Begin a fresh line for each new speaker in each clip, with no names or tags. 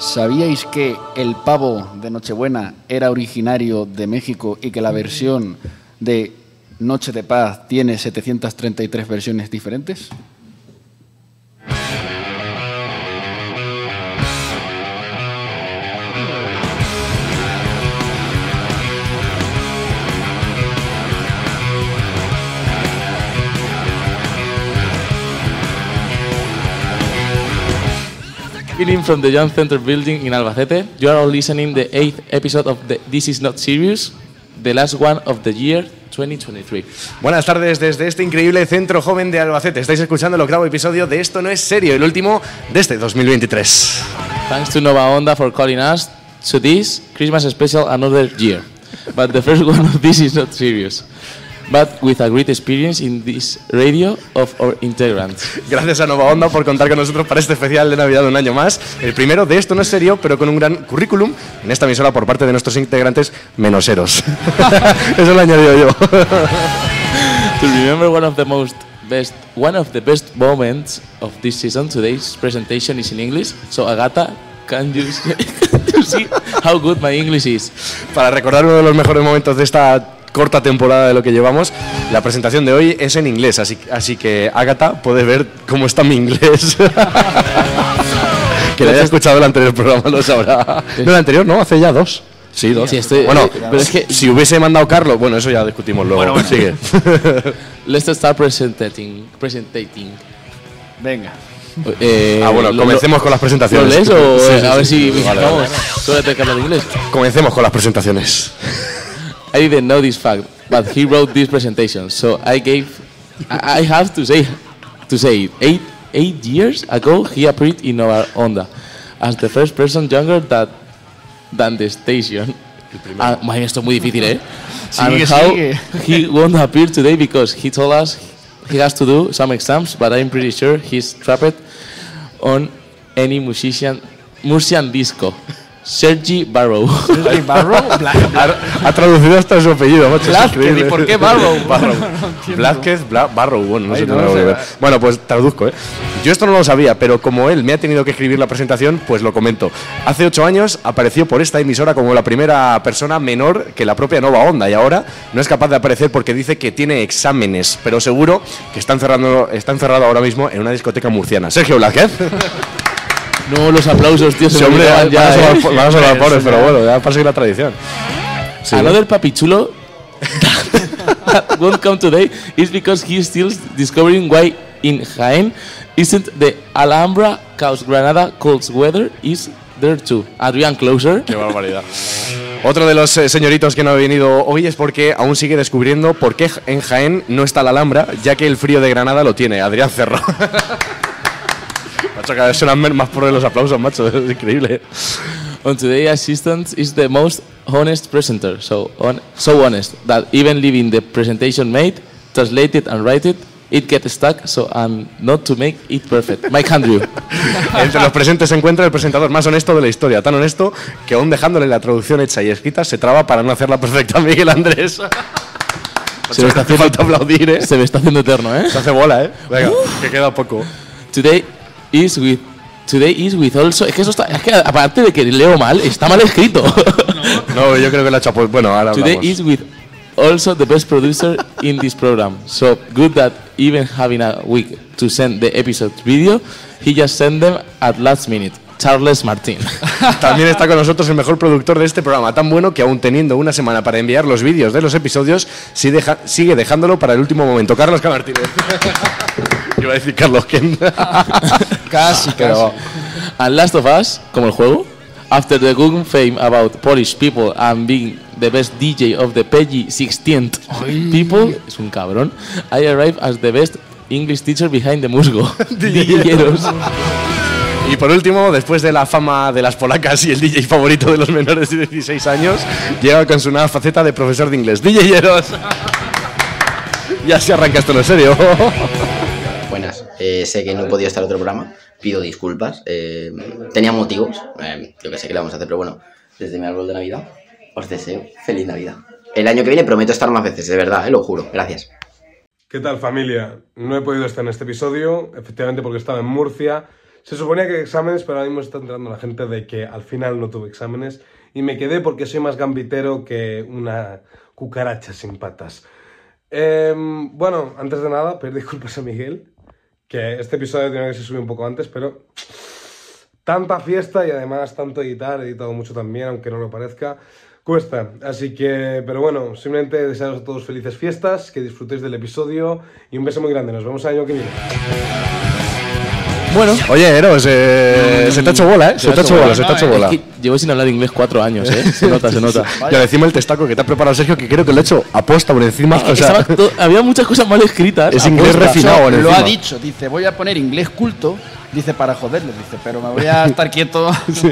¿Sabíais que el pavo de Nochebuena era originario de México y que la versión de Noche de Paz tiene 733 versiones diferentes?
Feeling from the Young Center building in Albacete. You are all listening the eighth episode of the This Is Not Serious, the last one of the year 2023.
Buenas tardes desde este increíble centro joven de Albacete. Estáis escuchando el octavo episodio de Esto no es serio, el último de este 2023.
Thanks to Nova Onda for calling us to this Christmas special another year. But the first one of this is not serious. But with a great experience in this radio of our integrants.
Gracias a Nova Onda por contar con nosotros para este especial de Navidad de un año más. El primero de Esto no es serio, pero con un gran currículum en esta emisora por parte de nuestros integrantes menoseros. Eso lo añadido yo.
To remember one of the most best, one of the best moments of this season, today's presentation is in English. So Agata, can you see, can you see how good my English is?
Para recordar uno de los mejores momentos de esta corta temporada de lo que llevamos, la presentación de hoy es en inglés, así, así que Ágata puedes ver cómo está mi inglés. que haya escuchado el anterior programa lo sabrá. No, el anterior no, hace ya dos. Sí, dos.
Sí, estoy-
bueno,
eh, pero es que-
si hubiese mandado Carlos, bueno, eso ya discutimos luego. Sigue.
Let's start presenting. Presenting.
Venga.
Eh,
Ah, bueno,
lo-
comencemos con las
¿Lo
presentaciones.
lees o
Sí, sí,
a ver
sí.
si
Vale,
vamos?
vale.
Solo te hablar inglés.
Comencemos con las presentaciones.
I didn't know this fact, but he wrote this presentation, so I gave. I I have to say, to say it. Eight, eight years ago, he appeared in our Onda as the first person younger that, than the station. Ah, madre mía, esto es muy difícil, ¿eh?
Sigue,
and how
sigue.
he won't appear today because he told us he has to do some exams, but I'm pretty sure he's trapped on any musician Murcian disco. Sergi Barrow.
Ha, ha traducido hasta su apellido, macho. es
Blázquez,
increíble.
¿y por qué Barrow?
Barrow. Blázquez, Bla- Barrow, bueno, no
Ay,
sé
no
cómo
lo
lo
sé,
voy a
va.
ver. Bueno, pues traduzco, ¿eh? Yo esto no lo sabía, pero como él me ha tenido que escribir la presentación, pues lo comento. Hace ocho años apareció por esta emisora como la primera persona menor que la propia Nova Onda y ahora no es capaz de aparecer porque dice que tiene exámenes, pero seguro que está encerrado, está encerrado ahora mismo en una discoteca murciana. Sergio Blázquez.
No, los aplausos, tío, se
Sí,
me
hombre,
olvidaban
van a
ya.
sonar-
¿eh?
van a sonar pobres, pero bueno, ya pasa que la tradición. Sí.
Another papichulo that won't come today is because he is still discovering why in Jaén isn't the Alhambra Caos Granada cold weather is there too. Adrián Closer.
Qué barbaridad. Otro de los eh, señoritos que no ha venido hoy es porque aún sigue descubriendo por qué en Jaén no está la Alhambra, ya que el frío de Granada lo tiene, Adrián Cerro. macho, cada vez suenan men- más pobres los aplausos, macho, es increíble. ¿eh?
On today, assistant is the most honest presenter. So on, so honest that even leaving the presentation made, translate it and write it, it gets stuck. So I'm not to make it perfect. Mike Andrew.
Entre los presentes se encuentra el presentador más honesto de la historia, tan honesto que aún dejándole la traducción hecha y escrita se traba para no hacerla perfecta a Miguel Andrés.
Se me está
hace falta aplaudir, ¿eh?
Se me está haciendo eterno, ¿eh?
Se hace bola, ¿eh? Venga, que queda poco.
Today is with Today is with also. Es que eso está. Es que aparte de que leo mal, está mal escrito.
No, yo creo que la chapo. Bueno, ahora
Today
hablamos.
is with also the best producer in this program. So good that even having a week to send the episode video, he just sent them at last minute. Charles Martin.
También está con nosotros el mejor productor de este programa, tan bueno que aún teniendo una semana para enviar los vídeos de los episodios, sí deja- sigue dejándolo para el último momento. Carlos Camartínez. Iba a decir Carlos Ken.
Casi,
Pero
And Last of Us, como el juego, after the good fame about Polish people and being the best DJ of the PG 16th people, es un cabrón, I arrived as the best English teacher behind the musgo. DJeros.
Y por último, después de la fama de las polacas y el DJ favorito de los menores de 16 años, llega con su nueva faceta de profesor de inglés. DJ Yeros. Ya se arranca esto en serio.
Buenas, Eh, sé que no he podido estar en otro programa, pido disculpas. Eh, tenía motivos, eh, yo que sé que le vamos a hacer, pero bueno, desde mi árbol de Navidad os deseo feliz Navidad. El año que viene prometo estar más veces, de verdad, eh, lo juro, gracias.
¿Qué tal familia? No he podido estar en este episodio, efectivamente porque estaba en Murcia, Se suponía que exámenes, pero ahora mismo está entrando la gente de que al final no tuve exámenes y me quedé porque soy más gambitero que una cucaracha sin patas. Em, bueno, antes de nada, pedir disculpas a Miguel, que este episodio tenía que ser subido un poco antes, pero tanta fiesta y además tanto editar, he editado mucho también, aunque no lo parezca, cuesta. Así que, pero bueno, simplemente desearos a todos felices fiestas, que disfrutéis del episodio y un beso muy grande. Nos vemos el año que viene.
Bueno,
Oye, Eros, eh, se te ha hecho bola, ¿eh? Se te ha hecho bola, se te ha hecho
No,
bola.
es que llevo sin hablar inglés cuatro años, ¿eh? Se nota, se nota.
Ya encima el testaco que te ha preparado Sergio, que creo que lo ha hecho aposta por encima.
Es que
o sea,
estaba todo- había muchas cosas mal escritas. Ah,
Es inglés
aposta.
refinado. Finado,
pues lo ha
encima.
dicho, dice, voy a poner inglés culto, dice para joderle, dice, pero me voy a estar quieto.
sí.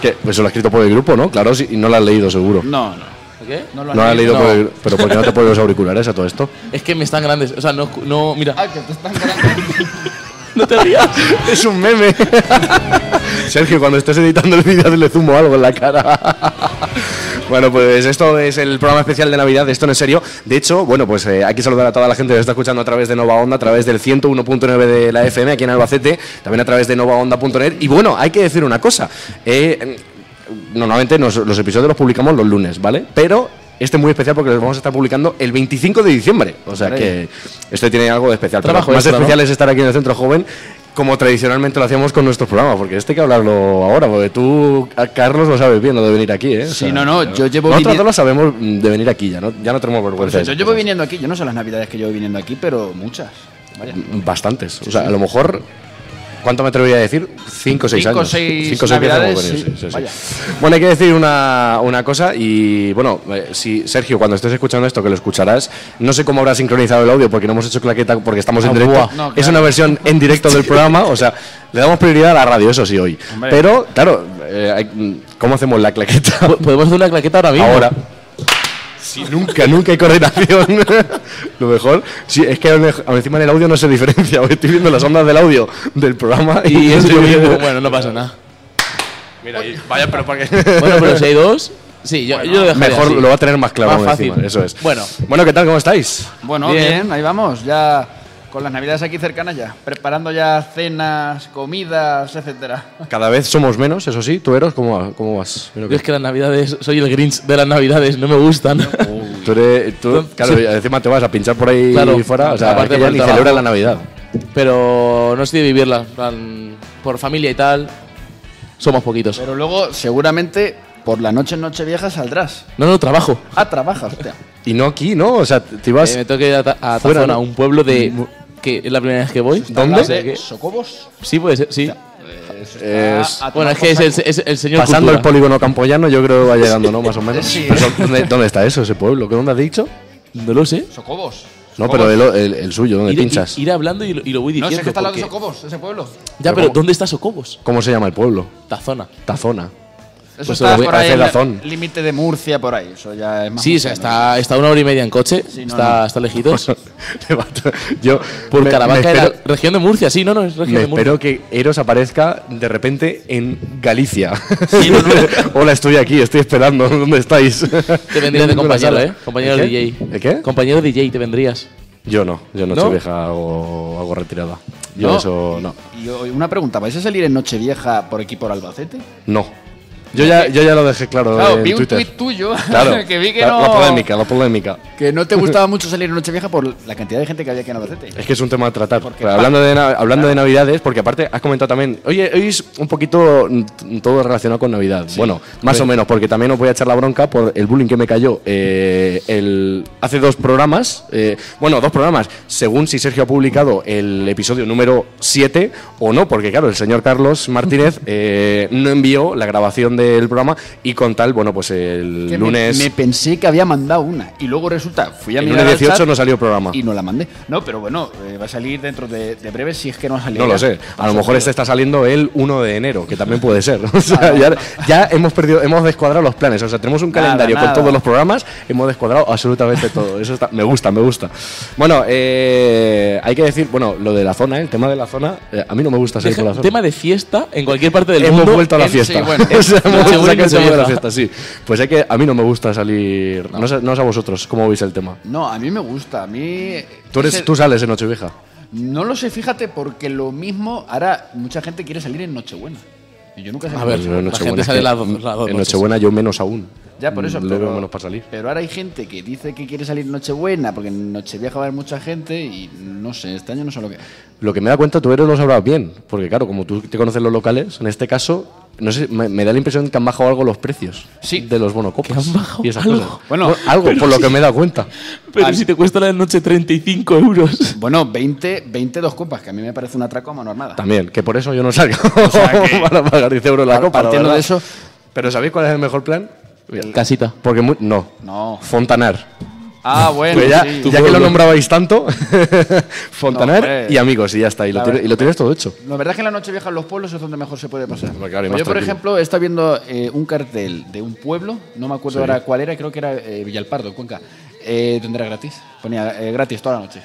que, pues se lo ha escrito por el grupo, ¿no? Claro, sí, y no lo has leído seguro.
No, no.
¿Qué?
No lo
No
has
lo has leído
no.
por el Pero ¿por qué no te pones los auriculares a todo esto?
Es que me están grandes. O sea, no, escu- no mira.
Ah, que te están grabando.
No te rías.
Es un meme. Sergio, cuando estés editando el vídeo, le zumo algo en la cara. Bueno, pues esto es el programa especial de Navidad, de esto no es serio. De hecho, bueno, pues eh, hay que saludar a toda la gente que nos está escuchando a través de Nova Onda, a través del 101.9 de la FM aquí en Albacete, también a través de novaonda.net. Y bueno, hay que decir una cosa. eh, normalmente nos- los episodios los publicamos los lunes, ¿vale? Pero este es muy especial porque los vamos a estar publicando el 25 de diciembre. O sea que este tiene algo de especial. Pero
Trabajo
más
extra, ¿no?
especial es estar aquí en el Centro Joven como tradicionalmente lo hacíamos con nuestros programas, porque este hay que hablarlo ahora, porque tú, a Carlos, lo sabes bien, lo de venir aquí, ¿eh? O
Sí,
sea,
no, no, yo llevo
Nosotros
viniendo-
dos lo sabemos mm, de venir aquí, ya no, ya no tenemos
Por
vergüenza.
Pues eso,
de
yo
esas
llevo
cosas.
viniendo aquí, yo no sé las navidades que llevo viniendo aquí, pero muchas. Vaya.
Bastantes. O sea, a lo mejor. ¿Cuánto me atrevería a decir? Cinco o seis
Cinco o
años.
seis
Cinco o seis veces
navidades,
hemos venido,
sí.
sí, sí, sí. Bueno, hay que decir una, una cosa y bueno, eh, si Sergio, cuando estés escuchando esto, que lo escucharás, no sé cómo habrá sincronizado el audio porque no hemos hecho claqueta porque estamos en
Ah,
directo.
buah.
No,
Es
claro.
una versión en directo del programa, o sea, le damos prioridad a la radio, eso sí, hoy.
Hombre.
Pero, claro, eh, hay- ¿cómo hacemos la claqueta?
Podemos hacer una claqueta ahora mismo.
Ahora. Sí, nunca, nunca hay coordinación. lo mejor, sí, es que a lo mej- encima en el audio no se diferencia. porque Estoy viendo las ondas del audio del programa
Y
no sé
estoy
por qué.
viendo- Bueno, no pasa nada.
Mira, y- vaya, pero para
Bueno, pero si hay dos. Sí, yo, yo lo dejaría
Mejor
así.
lo va a tener más claro
Más
aún
fácil.
encima, eso es.
Bueno.
bueno, ¿qué tal? ¿Cómo estáis?
Bueno,
Bien.
bien. ahí vamos, ya con las navidades aquí cercanas ya, preparando ya cenas, comidas, etcétera.
Cada vez somos menos, eso sí. ¿Tú eros? ¿Cómo, va- cómo vas? Mira
Yo
que-
es que las navidades, soy el Grinch de las navidades, no me gustan.
Tú eres- tú- claro, y encima te vas a pinchar por ahí
Claro,
fuera. O sea,
aparte
aparte
por el
ni
trabajo.
celebra la Navidad.
Pero no estoy de vivirla. en plan, Por familia y tal, somos poquitos.
Pero luego, seguramente, por la noche en Nochevieja saldrás.
No, no, trabajo.
Ah, trabajas, hostia.
Y no aquí, ¿no? O sea, te vas.
Eh, me tengo que ir a, Ta- a
fuera,
Tazona,
¿no?
un pueblo de. que es la primera vez que voy.
¿Dónde?
O sea que-
¿Socobos?
Sí, puede ser, sí.
es-
Ah, a tomar
Bueno, es que
por
es
saco.
el, es el señor.
Pasando el
Cultura.
polígono campoyano, yo creo que va llegando, ¿no? Más o menos.
Sí.
Pero son- ¿dónde, dónde está eso, ese pueblo? ¿Qué dónde has dicho?
No lo sé.
Socobos.
No, pero el, el- el suyo, ¿dónde
Ir,
pinchas?
ir- ir hablando y lo, y lo voy
No,
diciendo.
sé que está al lado de
porque- Pues
Socobos, ese pueblo.
Ya,
Pero
pero
¿cómo?
¿dónde está Socobos?
¿Cómo se llama el pueblo?
Tazona.
Tazona.
Eso
Pues
está
lo-
por ahí,
hace
en
Dazón.
el límite de Murcia, por ahí. Eso ya es más.
Sí, o sea,
murciano.
está, está una hora y media en coche.
Sí, no,
está,
no.
está lejitos.
Me mato. yo
Por
me-
Caravaca
me
era
espero,
región de Murcia, sí, no, no, es región
me
de Murcia.
espero que Eros aparezca de repente en Galicia.
Sí, no, no.
Hola, estoy aquí, estoy esperando. ¿Dónde estáis?
Te vendrías de
Ninguna
compañero,
sala.
¿eh? Compañero
¿El qué?
DJ.
¿El qué?
Compañero DJ te vendrías.
Yo no, yo
¿No?
no, estoy vieja o hago retirada. Yo
No.
eso no.
Y o- una pregunta, ¿vais a salir en Nochevieja por aquí por Albacete?
No.
Eh,
Yo ya, yo ya lo dejé claro
Claro,
en
vi un
Twitter.
tuit tuyo
Claro,
que vi que
la,
no.
la polémica, la polémica.
Que no te gustaba mucho salir en Nochevieja por la cantidad de gente que había aquí en Albacete.
Es que es un tema a tratar.
Porque
Pero hablando de, na- hablando de Navidades, porque aparte has comentado también, oye, hoy es un poquito mm, todo relacionado con Navidad. Bueno, más o menos, porque también os voy a echar la bronca por el bullying que me cayó eh, el, hace dos programas. eh, bueno, dos programas, según si Sergio ha publicado el episodio número 7 o no, porque claro, el señor Carlos Martínez eh, no envió la grabación del programa y con tal, bueno, pues el
Que me-
lunes.
Me, pensé que había mandado una. Y luego resulta, fui a
el
mirar.
lunes
al
18
chat
no salió programa.
Y no la mandé. No, pero bueno, eh, va a salir dentro de, de breve si es que no ha salido.
No lo sé. A lo mejor este está saliendo el 1 de enero, que también puede ser. O sea, ya, ya hemos perdido, hemos descuadrado los planes. O sea, tenemos un
Nada,
calendario
nada.
con todos los programas, hemos descuadrado absolutamente todo. Eso está, me gusta, me gusta. Bueno, eh, hay que decir, bueno, lo de la zona, ¿eh? el tema de la zona, eh, a mí no me gusta salir
Deja-
por la zona.
tema de fiesta en cualquier parte del
hemos
mundo.
vuelto a la
en-
fiesta.
sí, bueno.
O sea, hemos
Nochebuena y
sacado el tema de la
Nochevieja.
fiesta, sí. Pues es que a mí no me gusta salir. No, sé, no sé a vosotros cómo veis el tema.
No, a mí me gusta. A mí.
Tú, eres,
ese-
tú sales en Nochevieja.
No lo sé, fíjate, porque lo mismo ahora mucha gente quiere salir en Nochebuena. Y yo nunca salí
A
en
ver,
Nochebuena.
No, en
La
Nochebuena
gente
es
sale
que-
las dos- las dos
En
noches.
Nochebuena yo menos aún.
Ya por eso,
mm, Lo
pero,
veo menos para salir.
pero ahora hay gente que dice que quiere salir en Nochebuena porque en Nochevieja va a haber mucha gente y no sé, este año no sé lo que.
Lo que me da cuenta, tú eres lo sabrás bien, porque claro, como tú te conoces los locales, en este caso, no sé, me, me da la impresión que han bajado algo los precios
Sí.
de los bonocopas.
Que han bajado
y esas
algo.
cosas.
Bueno,
Bueno, algo, por lo que me he dado cuenta.
Pero si te cuesta la noche 35 euros.
Bueno, 20, 22 copas, que a mí me parece un atraco a mano armada.
También, que por eso yo no salgo para pagar 10 euros la
Par-
copa. la
partiendo de
verdad.
eso-
Pero ¿sabéis cuál es el mejor plan?
Casita.
Porque mu- no.
No.
Fontanar.
Ah, bueno,
Pues ya,
sí.
ya que lo
pueblo.
nombrabais tanto, Fontanar
No, hombre.
y amigos, y ya está. Y lo,
La
tiene-
ver-
y lo tienes todo hecho.
La verdad es que en la noche vieja en los pueblos es donde mejor se puede pasar.
Hombre, claro, y
Pues yo,
más
por
tranquilo.
ejemplo, he estado viendo eh, un cartel de un pueblo, no me acuerdo ahora cuál era, creo que era eh, Villalpardo, Cuenca, eh, donde era gratis. Ponía eh, gratis toda la noche.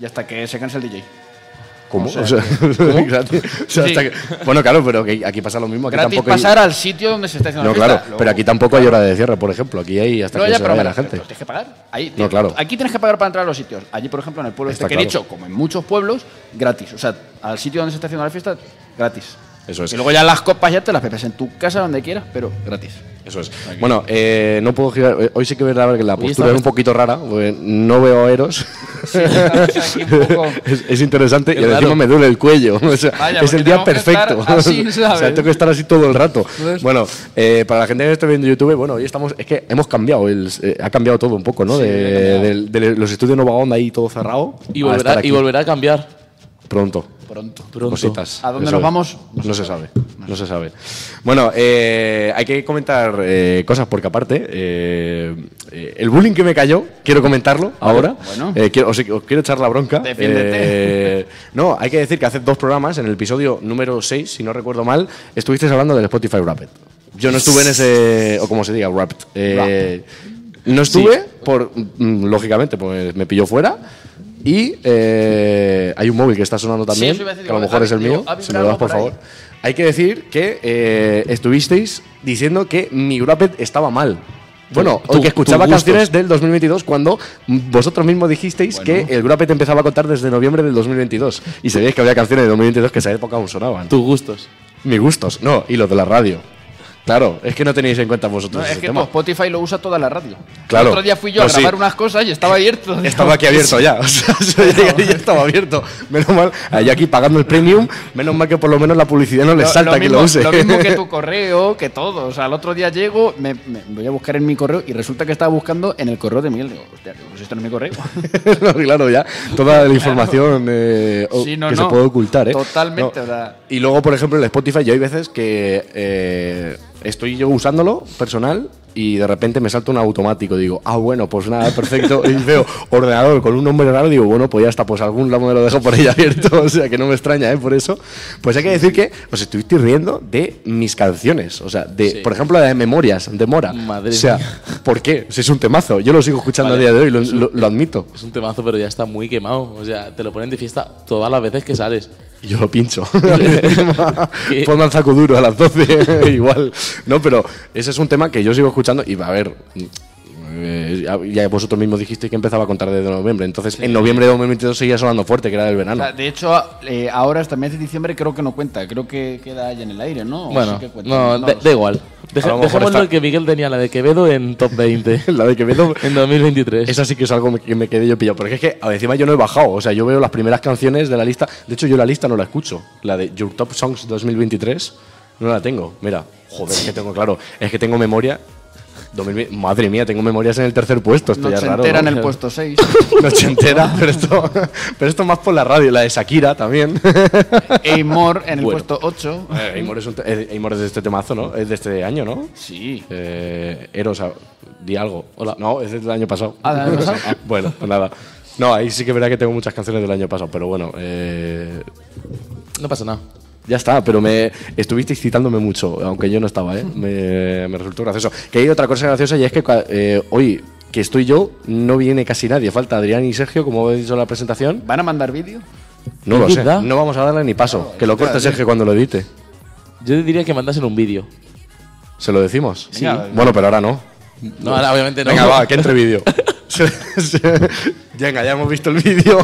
Y hasta que se canse el DJ.
¿Cómo?
O sea,
O sea, gratis. O sea,
Sí.
hasta que- bueno, claro, pero que aquí pasa lo mismo. Aquí
gratis
tampoco hay-
pasar al sitio donde se está haciendo
No,
la fiesta.
claro,
Luego-
pero aquí tampoco hay hora de cierre, por ejemplo. Aquí hay hasta
No,
que
ya,
se
pero
vaya
vale,
la gente.
pero tienes que pagar. Ahí,
No, claro.
Aquí tienes que pagar para entrar a los sitios. Allí, por ejemplo, en el pueblo
Está
este que he
claro.
dicho, como en muchos pueblos, gratis. O sea, al sitio donde se está haciendo la fiesta, gratis.
Eso es.
Y luego ya las copas ya te las bebes en tu casa, donde quieras, pero gratis.
Eso es. Bueno, eh, no puedo girar. eh, Hoy sí que es verdad que la postura es
estamos-
un poquito rara, porque no veo a Eros.
estamos aquí un poco-
es, es interesante y
raro.
encima me duele el cuello. O sea,
Vaya,
es
porque
el día
tenemos que
perfecto.
estar así,
O
¿sabes?
sea, tengo que estar así todo el rato. Bueno, eh, para la gente que esté viendo YouTube, bueno, hoy estamos. Es que hemos cambiado. el- eh, ha cambiado todo un poco, ¿no? de, del- de los estudios Nova Onda ahí todo cerrado.
Y
a estar
volverá,
aquí
y volverá a cambiar.
Pronto.
Pronto.
Pronto.
cositas.
¿A dónde
Eso
nos
es.
vamos?
No se sabe. No se sabe. Bueno, eh, hay que comentar eh, cosas porque aparte, eh, eh, el bullying que me cayó, quiero comentarlo ahora.
bueno.
Eh, quiero, os, os quiero echar la bronca.
Defiéndete.
Eh, no, hay que decir que hace dos programas, en el episodio número 6, si no recuerdo mal, estuvisteis hablando del Spotify Wrapped. Yo no estuve en ese, o como se diga, Wrapped. Eh, No estuve, por, mm, lógicamente, pues me pilló fuera. Y eh, hay un móvil que está sonando también,
eso iba a decir,
que a lo
digo,
mejor
ha-
es el
digo,
mío.
ha
Si me lo
vibrado
das, por,
por ahí.
favor. Hay que decir que eh, estuvisteis diciendo que mi Wrapped estaba mal. Bueno,
Tu-
o que
tus
escuchaba
gustos.
canciones del 2022 cuando vosotros mismos dijisteis que el Wrapped empezaba a contar desde noviembre del 2022 y sabíais que había canciones de 2022 que a esa época aún sonaban.
Tus gustos.
Mis gustos, no, y los de la radio. Claro, es que no tenéis en cuenta vosotros
No,
ese
es que tu
tema.
Spotify lo usa toda la radio.
Claro.
El otro día fui yo
Pues
a
sí.
grabar unas cosas y estaba abierto.
Estaba aquí abierto ya, o sea, yo llegué y ya estaba abierto. Menos mal, allá aquí pagando el premium, menos mal que por lo menos la publicidad no les salta que
mismo,
lo use.
lo mismo que tu correo, que todo. O sea, el otro día llego, me, me- voy a buscar en mi correo y resulta que estaba buscando en el correo de Miguel. Digo, hostia, digo, pues esto no es mi correo.
No, claro, ya. Toda la información eh, o-
Sí, no,
que se
no.
puede ocultar, ¿eh?
Totalmente,
No.
o sea-
Y luego, por ejemplo, el Spotify, yo hay veces que eh, estoy yo usándolo personal y de repente me salta un automático. Digo, ah, bueno, pues nada, perfecto. y veo ordenador con un nombre raro. Digo, bueno, pues ya está, pues algún lado me lo dejo por ahí abierto. o sea, que no me extraña, ¿eh? Por eso. Pues hay que decir que os estuvisteis riendo de mis canciones. O sea, de, por ejemplo, la de Memorias, de Mora.
Madre
o sea,
mía.
¿por qué? Si es un temazo. Yo lo sigo escuchando
Vale.
a día de hoy, lo- lo- lo admito.
Es un temazo, pero ya está muy quemado. O sea, te lo ponen de fiesta todas las veces que sales.
Y Yo lo pincho.
¿Qué?
Ponme al saco duro a las 12, igual. No, pero ese es un tema que yo sigo escuchando y va a ver. eh, ya- ya vosotros mismos dijisteis que empezaba a contar desde noviembre. Entonces, en noviembre de 2022 seguía sonando fuerte, que era del
O
verano.
sea, de hecho, a- eh, ahora hasta el mes de diciembre creo que no cuenta. Creo que queda ahí en el aire, ¿no? O
bueno,
sí que cuenta,
no, da-
lo
da
sé.
igual. Deje-
A lo mejor
dejémoslo
está-
que Miguel tenía la de Quevedo en top 20.
La de Quevedo.
en 2023.
Esa sí que es algo me- que me quedé yo pillado. Porque es que a- encima yo no he bajado. O sea, yo veo las primeras canciones de la lista. De hecho, yo la lista no la escucho. La de Your Top Songs 2023 no la tengo. Mira, joder, es que tengo claro. Es que tengo memoria. 2000 Madre mía, tengo memorias en el tercer puesto. Esto ya es
Noche
raro.
entera
¿no?
en el puesto 6.
Nochentera, pero esto, pero esto más por la radio. La de Shakira también.
Amor en el
Bueno.
puesto 8.
Eh, Amor es, un te- eh, Amor es de este temazo, ¿no? Es de este año, ¿no?
Sí.
Eh, Eros, a- di algo. Hola. No, es del año pasado.
Ah, del año pasado.
Ah, bueno, pues nada. No, ahí sí que es verdad que tengo muchas canciones del año pasado, pero bueno, eh,
No pasa nada.
ya está, pero me estuvisteis citándome mucho, aunque yo no estaba, ¿eh? me, me resultó gracioso. Que hay otra cosa graciosa y es que cua- eh, hoy que estoy yo, no viene casi nadie, falta Adrián y Sergio, como he dicho en la presentación.
¿Van a mandar vídeo?
No lo
¿Es
sé,
verdad?
no vamos a darle ni paso, que lo
eh.
corte Sergio cuando lo edite.
Yo te diría que mandasen un vídeo.
¿Se lo decimos?
Venga,
Bueno, pero ahora no.
No, ahora obviamente no.
Venga, va, que entre vídeo. Se- se- Venga, ya hemos visto el vídeo.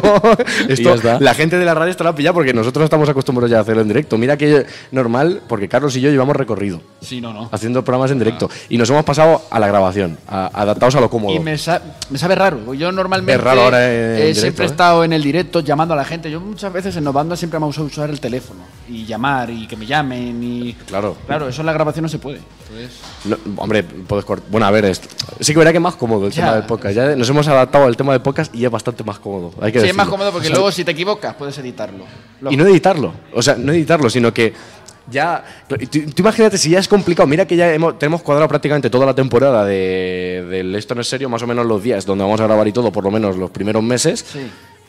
Esto-
ya está.
La gente de la radio está la pillada porque nosotros estamos acostumbrados ya a hacerlo en directo. Mira que normal, porque Carlos y yo llevamos recorrido
Sí, no, no.
haciendo programas en directo y nos hemos pasado a la grabación, a- adaptados a lo cómodo.
Ah. Y me, sa- me sabe raro. Yo normalmente
Es raro ahora en
eh,
directo,
siempre he
¿eh?
estado en el directo llamando a la gente. Yo muchas veces en Novanda siempre me ha gustado usar el teléfono y llamar y que me llamen y...
Claro.
Claro, eso en la grabación no se puede. Entonces,
No, hombre, puedes cortar. Bueno, a ver, esto. sí que verá que es más cómodo el
Ya.
tema del podcast. Ya nos hemos adaptado al tema del podcast y es bastante más cómodo. Hay que
sí, es
decirlo.
más cómodo porque
O sea,
luego si te equivocas puedes editarlo.
Y no editarlo. O sea, no editarlo, sino que ya. Tú, tú imagínate si ya es complicado. Mira que ya hemos- tenemos cuadrado prácticamente toda la temporada de, del Esto no es serio, más o menos los días donde vamos a grabar y todo, por lo menos los primeros meses.
Sí.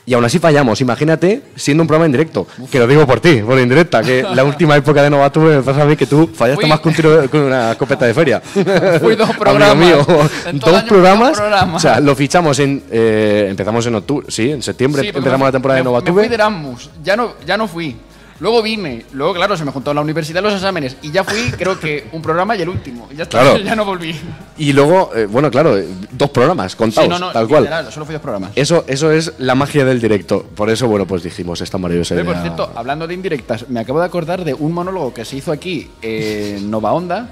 Y aún así fallamos. Imagínate siendo un programa en directo. Que lo digo por ti, por indirecta. Que la última época de Novato me pasa a mí que tú fallaste
Fui-
más que un tiro con una escopeta de feria.
Fui dos
Amigo
programas.
mío.
En todo el año fui
dos
dos
programas.
programas.
O sea, lo fichamos en. eh, empezamos en octubre. Sí, en septiembre
Sí, porque
empezamos
me-
la temporada
me-
de Novatube.
Me fui de Erasmus, ya no, ya no fui. Luego vine, luego claro, se me juntó la universidad los exámenes y ya fui, creo que un programa y el último. Y Ya está,
Claro.
ya no volví.
Y luego, eh, bueno, claro, eh, dos programas contados,
Sí, no, no,
tal cual. Eh,
literal, solo fui dos programas.
Eso, eso es la magia del directo. Por eso, bueno, pues dijimos, esta maravillosa
Oye,
idea.
por cierto, hablando de indirectas, me acabo de acordar de un monólogo que se hizo aquí eh, en Nova Onda.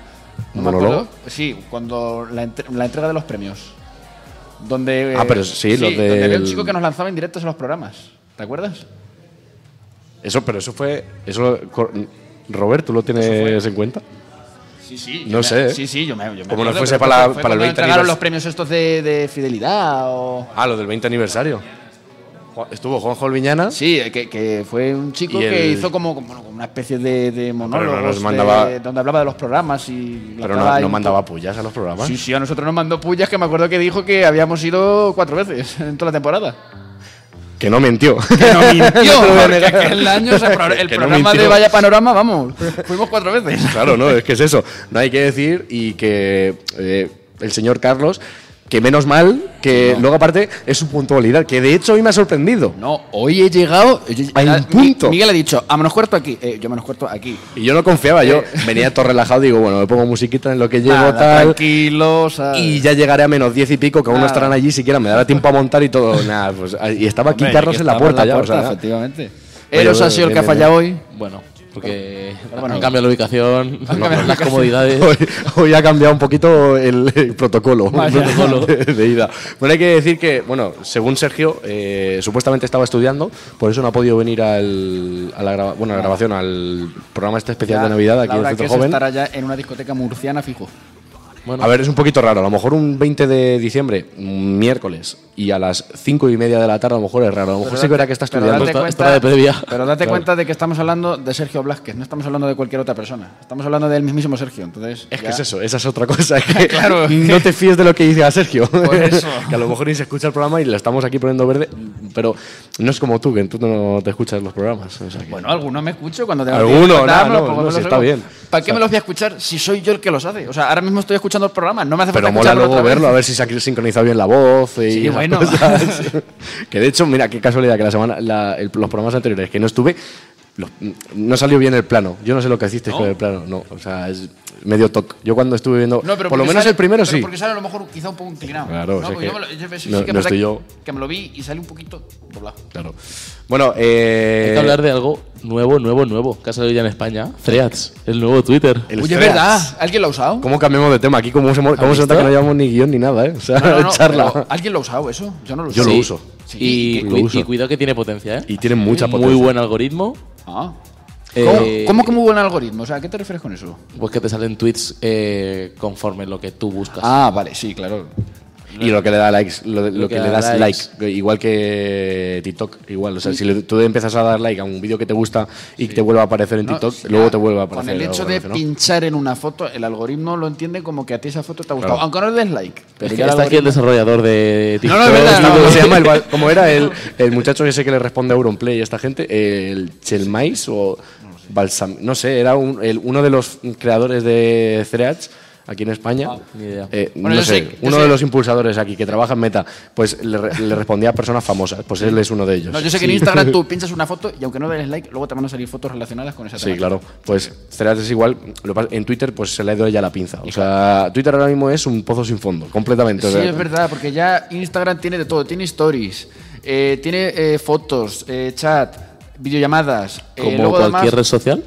¿Un
me
monólogo?
acuerdo. Sí, cuando la, entre- la entrega de los premios. Donde, eh,
Ah, pero sí, los
donde había
del-
un chico que nos lanzaba indirectos en los programas. ¿Te acuerdas?
Eso, pero eso fue... Eso, cor- Robert, ¿tú lo tienes en cuenta?
Sí, sí.
No
yo me-
sé. ¿eh?
Sí, sí, yo me, yo me
Como no
acuerdo,
fuese
pero
para-
fue- fue
para el
cuando
20
entregaron
aniversario.
los premios estos de, de fidelidad o...
Ah, lo del 20 aniversario. Jo- Estuvo Juanjo Olviñana.
Sí, eh, que, que fue un chico
Y
que
el-
hizo como, como- bueno, como una especie de, de monólogo este,
nos mandaba-
donde hablaba de los programas y...
Pero
lanzaba
no,
ahí
no
un
mandaba pullas a los programas.
Sí, sí, a nosotros nos mandó pullas que me acuerdo que dijo que habíamos ido cuatro veces en toda la temporada.
Que no mintió.
Que no mintió,
te lo voy a
porque
negar.
aquel año se pro-
Que
el
no
programa de
mintió.
Vaya Panorama, vamos, fuimos cuatro veces.
Claro, no, es que es eso. No hay que decir y que eh, el señor Carlos, que menos mal, que luego aparte es su puntualidad, que de hecho hoy me ha sorprendido.
No, hoy he llegado... yo-
Hay un
Mi-
punto.
Miguel ha dicho, a menos cuarto aquí. Eh, yo a menos cuarto aquí.
Y yo no confiaba, yo venía todo relajado, digo, bueno, me pongo musiquita en lo que llego,
Eh. Nada,
tal.
tranquilos.
Y ya llegaré a menos diez y pico, que aún no
Nada.
estarán allí siquiera, me dará tiempo a montar y todo. Nada, pues, y estaba aquí Carlos en la puerta, pues, ya, o sea,
efectivamente.
Oye,
Eros ha sido el que
bien,
ha
bien,
fallado hoy.
Bueno, porque
Bueno.
han cambiado la ubicación,
cambiado la
las
ubicación.
comodidades.
Hoy, hoy ha cambiado un poquito el, el protocolo, el
Vaya.
protocolo de, de ida. Bueno, hay que decir que, bueno, según Sergio, eh, supuestamente estaba estudiando, por eso no ha podido venir al, a la, grava- bueno, a la grabación, al programa este especial de Navidad aquí en
Laura,
Centro
que es
Joven.
estar allá en una discoteca murciana fijo.
Bueno,
A ver, es un poquito raro. A lo mejor un 20 de diciembre, un miércoles, y a las 5 y media de la tarde, a lo mejor es raro. A lo mejor sí que verá que está
Pero
estudiando.
date,
Está-
cuenta,
está de previa.
pero date
Claro.
cuenta de que estamos hablando de Sergio Blasquez, no estamos hablando de cualquier otra persona. Estamos hablando del mismísimo Sergio. Entonces,
Es que
ya-
es eso, esa es otra cosa. Que
Claro.
No te fíes de lo que dice a Sergio.
Por eso.
que a lo mejor ni se escucha el programa y le estamos aquí poniendo verde. Pero no es como tú, que tú no te escuchas los programas. o sea que-
Bueno, alguno me escucho cuando tengo
Alguno,
que
nada,
me los
no,
pongo,
no,
me
si
los
está
oigo.
bien.
¿Para
O
qué
sea-
me los voy a escuchar si soy yo el que los hace? O sea, ahora mismo estoy escuchando el programa, no me hace falta
pero mola
escucharlo
luego
otra vez.
verlo, a ver si se ha sincronizado bien la voz. Y
Sí,
esas
bueno.
cosas. que de hecho, mira, qué casualidad que la semana, la- el- los programas anteriores que no estuve, los- no salió bien el plano. Yo no sé lo que hicisteis con el plano, no. O sea, es medio toc. Yo cuando estuve viendo.
No, pero
por lo
porque
menos
sale-
el primero
pero
sí.
Porque sale a lo mejor quizá un poco inclinado.
Claro, o
no,
sea
porque
que-
yo me lo- yo sí
no-
que es
no
verdad
estoy yo.
que me lo vi y sale un poquito doblado.
Claro. Bueno, eh.
hay que hablar de algo nuevo, nuevo, nuevo. Que ha salido ya en España. Threads, el nuevo Twitter.
el
Oye,
Threads.
¿verdad? ¿Alguien lo ha usado?
¿Cómo cambiamos de tema? Aquí, ¿cómo se, mo- cómo se nota que
visto?
no llevamos ni guión ni nada, ¿eh? O sea,
No, no, no, ah,
charla.
pero ¿Alguien lo ha usado eso? Yo no lo
Yo
uso.
lo
Sí.
uso.
Sí,
y,
que-
cui-
lo uso.
y cuidado que tiene potencia, ¿eh?
Y tiene mucha
Muy
potencia.
buen algoritmo.
Ah. ¿Cómo,
Eh,
cómo que muy buen algoritmo? O sea, ¿a qué te refieres con eso?
Pues que te salen tweets eh, conforme lo que tú buscas.
Ah, vale, sí, claro.
Y lo que le da likes, lo, lo que,
que
le
da
das
likes.
like, igual que TikTok, igual. O sea, si le- tú empiezas a dar like a un vídeo que te gusta y que te vuelve a aparecer en
No,
TikTok,
sí,
luego
ya,
te vuelve a aparecer.
Con el
algo
hecho de
relacionado.
pinchar en una foto, el algoritmo lo entiende como que a ti esa foto te ha gustado.
Claro.
Aunque no le des like.
es
pero
que
ya el
está aquí el
algoritmo-
desarrollador de
No,
TikTok.
no, es verdad,
Pero,
no.
¿Cómo se llama? El val- ¿Cómo era el, el muchacho ese que le responde a Auronplay y esta gente? ¿El Chelmais o Balsam? No sé, era un- el- uno de los creadores de Threads. aquí en España.
Ah,
Ni idea.
Eh,
Bueno,
no
yo
sé,
sé- yo
uno
sé-
de los impulsadores aquí que trabaja en Meta, pues le, re- le respondía a personas famosas, pues él es uno de ellos.
No, yo sé que en
Sí.
Instagram tú pinchas una foto y aunque no des like, luego te van a salir fotos relacionadas con esa
Sí,
temática.
claro. Pues Ceras es igual. Lo que pasa- en Twitter, pues se le ha ido ella la pinza. O sea, Twitter ahora mismo es un pozo sin fondo, completamente. O
Sí,
sea,
es verdad, porque ya Instagram tiene de todo. Tiene stories, eh, tiene eh, fotos, eh, chat, videollamadas. eh,
Como
luego
cualquier
además-
red social.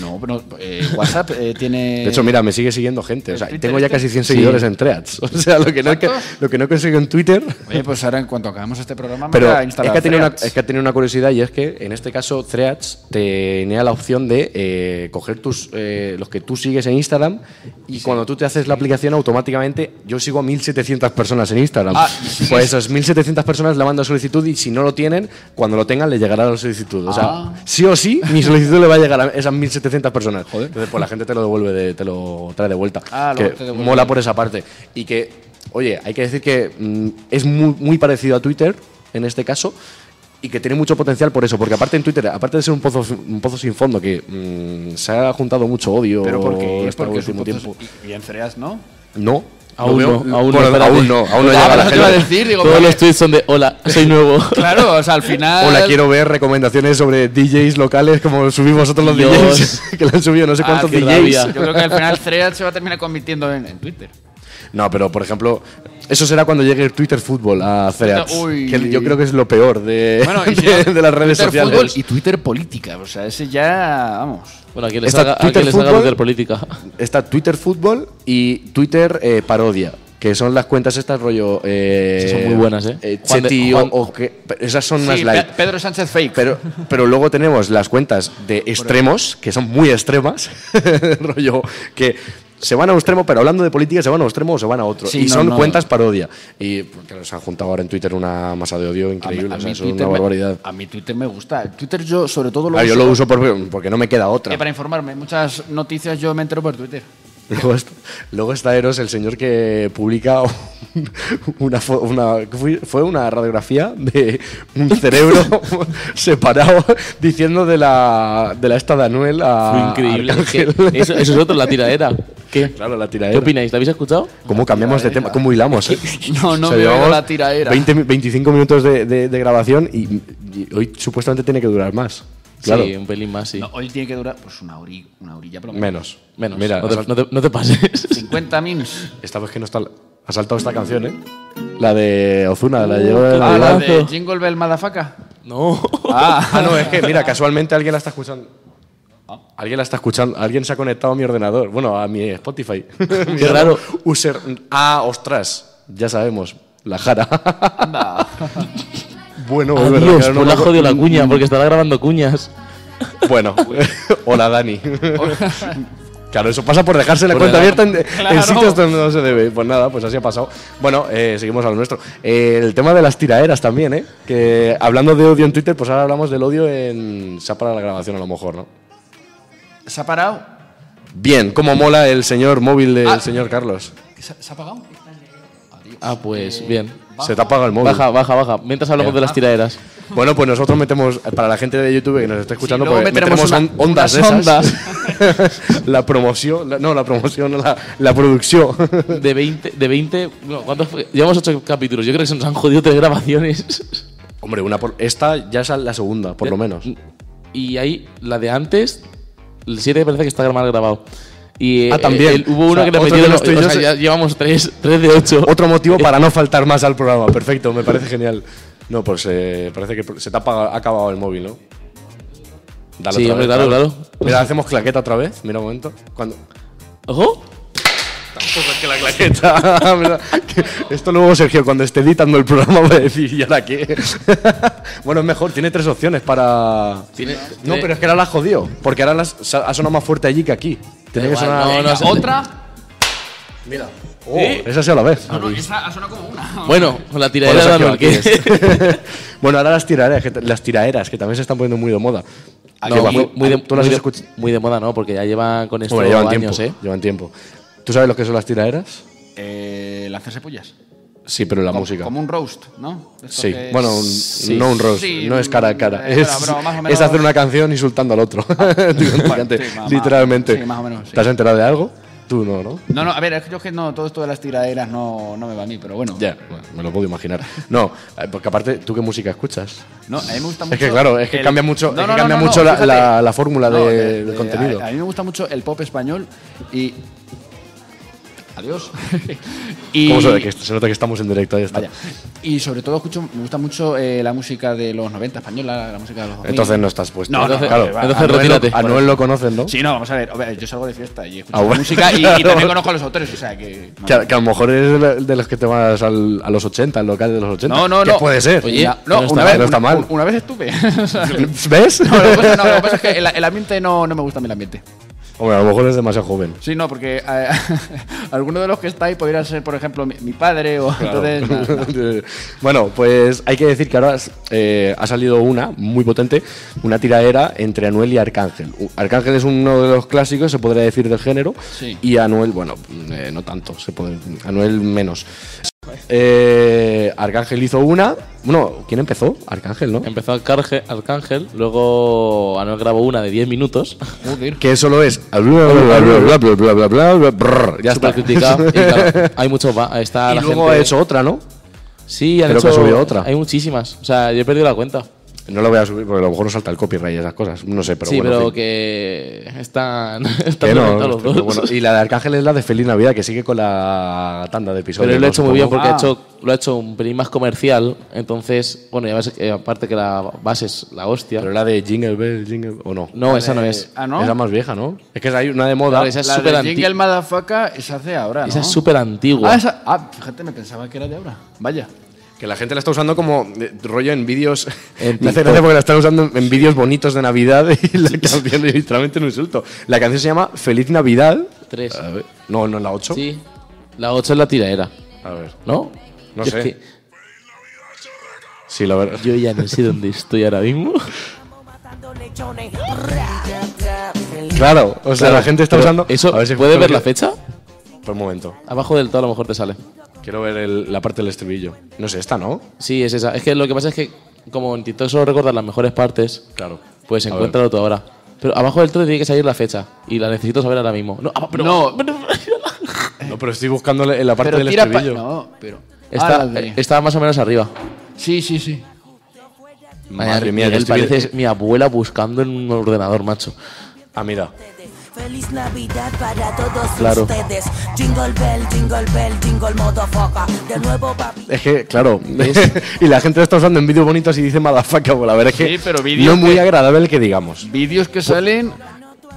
No, pero no, eh, WhatsApp eh, tiene...
De hecho, mira, me sigue siguiendo gente. O sea,
¿El
tengo ya
Twitter
casi 100 seguidores en Threads. O sea, lo que, no, que,
¿Cuánto?
lo que no consigo en Twitter.
Oye, pues ahora en cuanto acabemos este programa, me
Pero
voy a
es que,
instalar
ha tenido una,
Threads.
es que ha tenido una curiosidad y es que en este caso Threads tenía la opción de eh, coger tus, eh, los que tú sigues en Instagram y cuando tú te haces la aplicación automáticamente yo sigo a 1700 personas en Instagram.
Ah, y sigues-
pues esas 1700 personas le mandan solicitud y si no lo tienen, cuando lo tengan le llegará la solicitud. O sea,
Ah.
sí o sí, mi solicitud le va a llegar a esas 1700 personas. Entonces, pues la gente te lo devuelve, de- te lo trae de vuelta.
Ah,
que
luego te devuelve.
mola por esa parte. Y que, oye, hay que decir que mm, es muy, muy parecido a Twitter, en este caso, y que tiene mucho potencial por eso. Porque aparte en Twitter, aparte de ser un pozo, un pozo sin fondo, que mm, se ha juntado mucho odio
Pero porque,
este
porque
último
fotos-
tiempo.
y, y en Threads, ¿no?
No.
Aún
Lo veo-
no, aún no,
bueno,
espérate.
aún no, aún no
Ah,
llega
pero
la
eso te iba a
gente.
decir, digo,
Todos
porque-
los tweets son de hola, soy nuevo.
Claro, o sea, al final...
Hola, quiero ver recomendaciones sobre DJs locales como subimos vosotros los
Dios.
DJs. que le han subido no sé
Ah,
cuántos
qué
DJs.
rabia.
Yo creo que al final Threads se va a terminar convirtiendo en, en Twitter.
No, pero por ejemplo, eso será cuando llegue el Twitter Fútbol a Threads.
Uy.
Que yo creo que es lo peor de,
Bueno, y si
de,
no,
de las redes
Twitter
sociales.
fútbol y Twitter política. O sea, ese ya... Vamos.
Bueno, a quien les
Está
haga, a
Twitter
quien les haga
fútbol.
hacer política.
Está Twitter Fútbol y Twitter eh, Parodia. Que son las cuentas estas rollo. eh,
Esas son muy buenas, ¿eh? Juan de-
Cheti o-
Juan-
o, que. pero Esas son más
Sí,
light.
Pe- Pedro Sánchez Fake.
Pero, pero luego tenemos las cuentas de extremos, que son muy extremas, rollo, que se van a un extremo, pero hablando de política se van a un extremo o se van a otro.
Sí,
y
no,
son
no.
cuentas parodia. Y porque nos han juntado ahora en Twitter una masa de
A
odio
mí-
increíble,
a
o
mí
sea, eso es
Twitter
una
me-
barbaridad.
A mí Twitter me gusta. El Twitter yo sobre todo lo
Ah, yo
uso,
lo uso por- porque no me queda otra.
eh, para informarme. Muchas noticias yo me entero por Twitter.
Luego está, luego está Eros, el señor que publica un- una, fo- una- fue- fue una radiografía de un cerebro separado diciendo de la de la esta de Anuel a
Fue increíble. Ah, es que
Arcángel.
eso, eso es otro, la tiradera. ¿Qué?
Claro, la
¿Qué
tiradera.
opináis? ¿La habéis escuchado?
¿Cómo cambiamos de tema? ¿Cómo hilamos? eh?
No, no me
llevamos
veo la tiraera.
20 mi- 25 minutos de, de- de grabación y, y hoy supuestamente tiene que durar más. Claro.
Sí, un pelín más, sí.
No, hoy tiene que durar pues una, ori- una orilla por lo menos.
Menos.
Menos. Mira,
no, te,
ha sal-
no te- no te pases.
50 mins.
esta vez que no está. Ha saltado esta canción, ¿eh? La de Ozuna,
Uh,
la llevo de
Ah, la
Navidad.
de Jingle Bell Madafaka.
No.
Ah,
Ah, no, es que, mira, casualmente alguien la está escuchando. Alguien la está escuchando. Alguien se ha conectado a mi ordenador. Bueno, a mi Spotify. Qué
raro.
User. Ah, ostras. Ya sabemos. La jara. bueno, Ah, es verdad que
Dios,
ahora
pues
no me
la ha
acu-
jodido la cuña, porque estará grabando cuñas.
Bueno, hola Dani. Claro, eso pasa por dejarse la
Por
cuenta
dejar-
abierta en, en sitios donde no se debe. Pues nada, pues así ha pasado. Bueno, eh, seguimos a lo nuestro. Eh, el tema de las tiraeras también, ¿eh? Que hablando de odio en Twitter, pues ahora hablamos del odio en... Se ha parado la grabación a lo mejor, ¿no?
¿Se ha parado?
Bien, cómo mola el señor móvil del
Ah.
señor Carlos.
¿Se, se ha apagado? Adiós.
Ah, pues bien.
Se te apaga el móvil.
Baja, baja, baja. Mientras hablamos de las tiraderas.
Bueno, pues nosotros metemos, para la gente de YouTube que nos está escuchando,
luego
pues
meteremos
meteremos,
una-
on- ondas de
unas
esas. la promoción, la- no, la promoción, no, la, la producción.
De 20. De 20 no, ¿cuántos fue? Llevamos 8 capítulos. Yo creo que se nos han jodido tres grabaciones.
Hombre, una por- esta ya es la segunda, por
Eh,
lo menos.
Y ahí, la de antes, el 7 parece que está mal grabado. Y
Ah,
eh,
también.
el- hubo
O
uno
sea,
que le
otro
metió.
de los
o sea,
tuyos-
ya llevamos 3, 3 de 8.
Otro
Eh.
motivo para no faltar más al programa. Perfecto, me parece genial. No, pues eh, parece que se te ha apaga- ha acabado el móvil, ¿no? Dale
Sí,
otra
hombre,
vez,
claro,
Carlos.
claro.
Mira, hacemos claqueta otra vez. Mira un momento. Cuando,
Ojo.
Claqueta, ¿verdad? Que Esto luego Sergio, cuando esté editando el programa, va a decir, ¿y ahora qué? bueno, es mejor, tiene tres opciones para.
Tiene-
No,
tiene-
pero es que ahora la jodió. Porque ahora las- sa- ha sonado más fuerte allí que aquí. Tiene que
igual,
sonar.
no, no,
Venga,
se-
eh,
¿Otra?
oh, Esa ha sido la vez.
No, esa ha sonado como una.
Bueno, con la tiradera
Bueno,
de
Sergio,
Anuel, que-
tienes. bueno, ahora las tiraeras, que, t- las tiraeras, que también se están poniendo muy de moda.
No, Ah,
Que
muy,
cuando-
muy de,
Ah, ¿Tú las
muy de-
escuchas?
muy de moda, ¿no? Porque ya llevan con esto
Hombre, llevan
años,
tiempo,
¿eh?
llevan tiempo. ¿Tú sabes lo que son las tiraeras?
Eh, lanzarse pollas.
Sí, pero en la
como,
música.
como un roast, ¿no? Esto
Sí,
que es-
bueno, un- no un roast,
Sí,
no es cara a cara.
eh,
es,
bueno, pero más o
es
menos- Ah,
hacer una canción insultando al otro. Digo,
Bueno,
fíjate,
sí, más- más-
literalmente.
sí, más o menos, sí.
¿Te has enterado de algo? Tú no, ¿no?
No, no, a ver, es que yo es que no, todo esto de las tiraderas no, no me va a mí, pero bueno.
Ya, bueno, me lo puedo imaginar. No, eh, porque aparte, ¿tú qué música escuchas?
No, a mí me gusta mucho.
Es que claro, es que
el-
cambia mucho,
No,
es que
no, no,
cambia
no, no,
mucho la,
fíjate.
la- la fórmula
No, eh,
de-
de-
del
de-
contenido.
A, a mí me gusta mucho el pop español y. Adiós. y,
¿Cómo se, nota que, se nota que estamos en directo? Ahí está.
Vaya. Y sobre todo escucho, me gusta mucho eh, la música de los 90 española, la música de los 2000.
Entonces no estás puesto.
No, entonces-
claro.
va,
entonces
a Noel
retírate.
lo- A Noel lo conocen, ¿no?
Sí, no, vamos a ver. a ver, Yo salgo de fiesta y escucho
Ah, bueno,
música y, y
claro.
también conozco a los autores, o sea que.
Que a, que a lo mejor eres de, la- de los que te vas al- a los 80, al local de los 80.
No, no,
¿Qué
no.
puede ser?
Oye,
Una-
no
no,
está
una
mal,
vez,
no está
una-
mal.
una vez estuve. O sea,
¿Ves?
No, pues- lo que pasa, no, lo que pasa es que el, el ambiente no, no me gusta a mí el ambiente.
Hombre, a lo mejor es demasiado joven.
Sí, no, porque eh, alguno de los que está ahí podría ser, por ejemplo, mi, mi padre o entonces. nada, nada.
bueno, pues hay que decir que ahora has- eh, ha salido una muy potente, una tiradera entre Anuel y Arcángel. U- Arcángel es uno de los clásicos, se podría decir, del género,
Sí.
y Anuel, bueno, eh, no tanto, se puede, Anuel menos. Eh, Arcángel hizo una, bueno, ¿quién empezó? Arcángel, ¿no?
Empezó Arcángel, Arcángel, luego Anuel grabó una de 10 minutos,
Joder.
Que solo es. Ya
súper
está.
criticada. y claro, hay muchos. va- Está
Y
la
luego
gente,
ha hecho otra, ¿no?
Sí, han
creo que
hecho-
ha subido otra.
Hay muchísimas. O sea, yo he perdido la cuenta.
No lo voy a subir porque a lo mejor no salta el copyright y esas cosas. No sé, pero
sí,
bueno. en
pero
fin.
que están, están
Que no,
conectados los
pero
dos.
bueno. Y la de Arcángel es la de Feliz Navidad, que sigue con la tanda de episodios.
Pero él lo ha
¿no?
hecho muy bien
Supongo.
porque ha
Ah.
hecho, lo ha hecho un pelín más comercial. Entonces, bueno, ya ves que aparte que la base es la hostia.
Pero la de Jingle Bell, Jingle ¿o no?
No, esa no
de-
es.
Ah, ¿no?
Es la más vieja, ¿no? Es que hay una de moda.
Claro, esa es
La
súper
de
anti-
Jingle Motherfucker se hace ahora, ¿no?
Esa es súper antigua.
Ah, esa- ah, fíjate, me pensaba que era de ahora. Vaya.
Que la gente la está usando como de- rollo en vídeos.
En
Me hace
TikTok.
gracia porque la están usando en vídeos bonitos de Navidad y la canción es literalmente un insulto. La canción se llama Feliz Navidad.
Tres.
A ver, No, no, la 8.
Sí. La 8 es la tiradera,
A ver.
¿no?
No
Yo
sé.
es que
Sí, la verdad.
yo ya no sé dónde estoy ahora mismo.
Claro, o sea, la gente está
Pero
usando.
Eso,
A ver si-
¿Puedes ver
porque-
la fecha?
Por un momento.
Abajo del todo a lo mejor te sale.
Quiero ver el- la parte del estribillo. No sé, esta, ¿no?
Sí, es esa. Es que lo que pasa es que, como en TikTok solo recordas las mejores partes,
Claro.
pues
A ver.
encuéntralo tú ahora. Pero abajo del todo tiene que salir la fecha. Y la necesito saber ahora mismo. No, ah, pero-
No.
No, pero estoy buscando en la parte
pero
del
tira pa-
estribillo.
No, pero. Ah,
Está, eh,
la de-
está más o menos arriba.
Sí, sí, sí.
Madre
Ay,
mía, yo
Miguel,
estoy-
pareces mi abuela buscando en un ordenador, macho.
Ah, mira.
Feliz Navidad para todos
Claro.
ustedes. Jingle bell, jingle bell, jingle motherfucker. De nuevo papi.
Es que, claro. y la gente lo está usando en vídeos bonitos y dice madafaca. Bueno, la verdad es que
Sí, pero
no
vídeos
es muy
que-
agradable que digamos.
Vídeos que salen.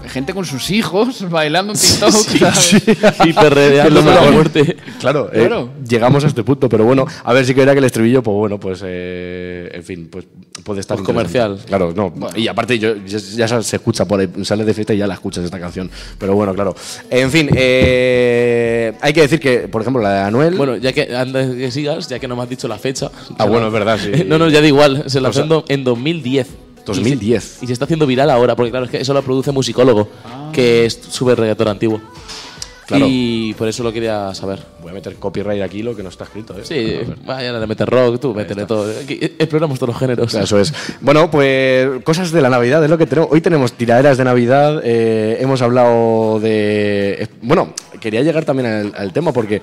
Gente con sus hijos bailando en TikTok. ¿sabes?
Es lo
Hiperredeando la
mejor.
muerte.
Claro, eh,
Claro.
llegamos a este punto, pero bueno, a ver si que era que el estribillo, pues bueno, pues eh, en fin, pues puede estar
Pues
interesante.
comercial.
Claro, no. Y aparte yo, ya, ya se escucha por ahí, sales de fiesta y ya la escuchas esta canción. Pero bueno, claro. En fin, eh, hay que decir que, por ejemplo, la de Anuel.
Bueno, ya que antes de que sigas, ya que no me has dicho la fecha.
Ah, bueno, es verdad, sí.
No, no, ya da igual. Se
O sea,
lanzó en do- en 2010. Y
2010.
se, y se está haciendo viral ahora, porque claro, es que eso lo produce musicólogo, que es súper reggaetón antiguo.
Claro.
Y por eso lo quería saber.
Voy a meter copyright aquí lo que no está escrito. ¿eh?
Sí, vaya, le metes rock, tú, métele todo. Aquí, eh, Exploramos todos los géneros.
Eso es. Bueno, pues cosas de la Navidad es lo que tenemos. Hoy tenemos tiraderas de Navidad, eh, hemos hablado de... eh, Bueno, quería llegar también al, al tema porque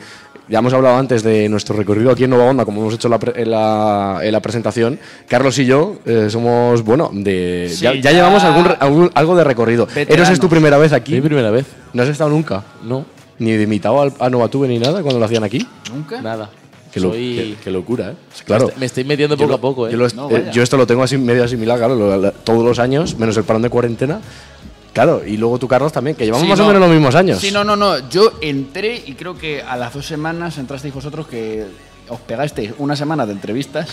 ya hemos hablado antes de nuestro recorrido aquí en Nueva Onda, como hemos hecho la pre- en, la, en la presentación. Carlos y yo eh, somos, bueno, de,
Sí,
ya, ya
ya-
llevamos algún, re- algún- algo de recorrido. Eros es tu
Veteranos.
primera vez
Mi
aquí.
primera vez.
No has estado nunca.
No,
Ni de invitado al- a Novatube ni nada cuando lo hacían aquí.
Nunca.
nada.
Qué, lo-
Soy-
qué- qué locura, ¿eh? Claro.
Me estoy metiendo
Yo
poco
lo-
a poco, ¿eh?
Yo, lo est-
No,
eh,
vaya.
yo esto lo tengo así medio asimilado, claro, lo- lo- todos los años, menos el parón de cuarentena. Claro, y luego tú, Carlos, también, que llevamos
Sí,
más o
no.
menos los mismos años.
Sí, no, no, no. Yo entré y creo que a las dos semanas entrasteis vosotros que os pegasteis una semana de entrevistas.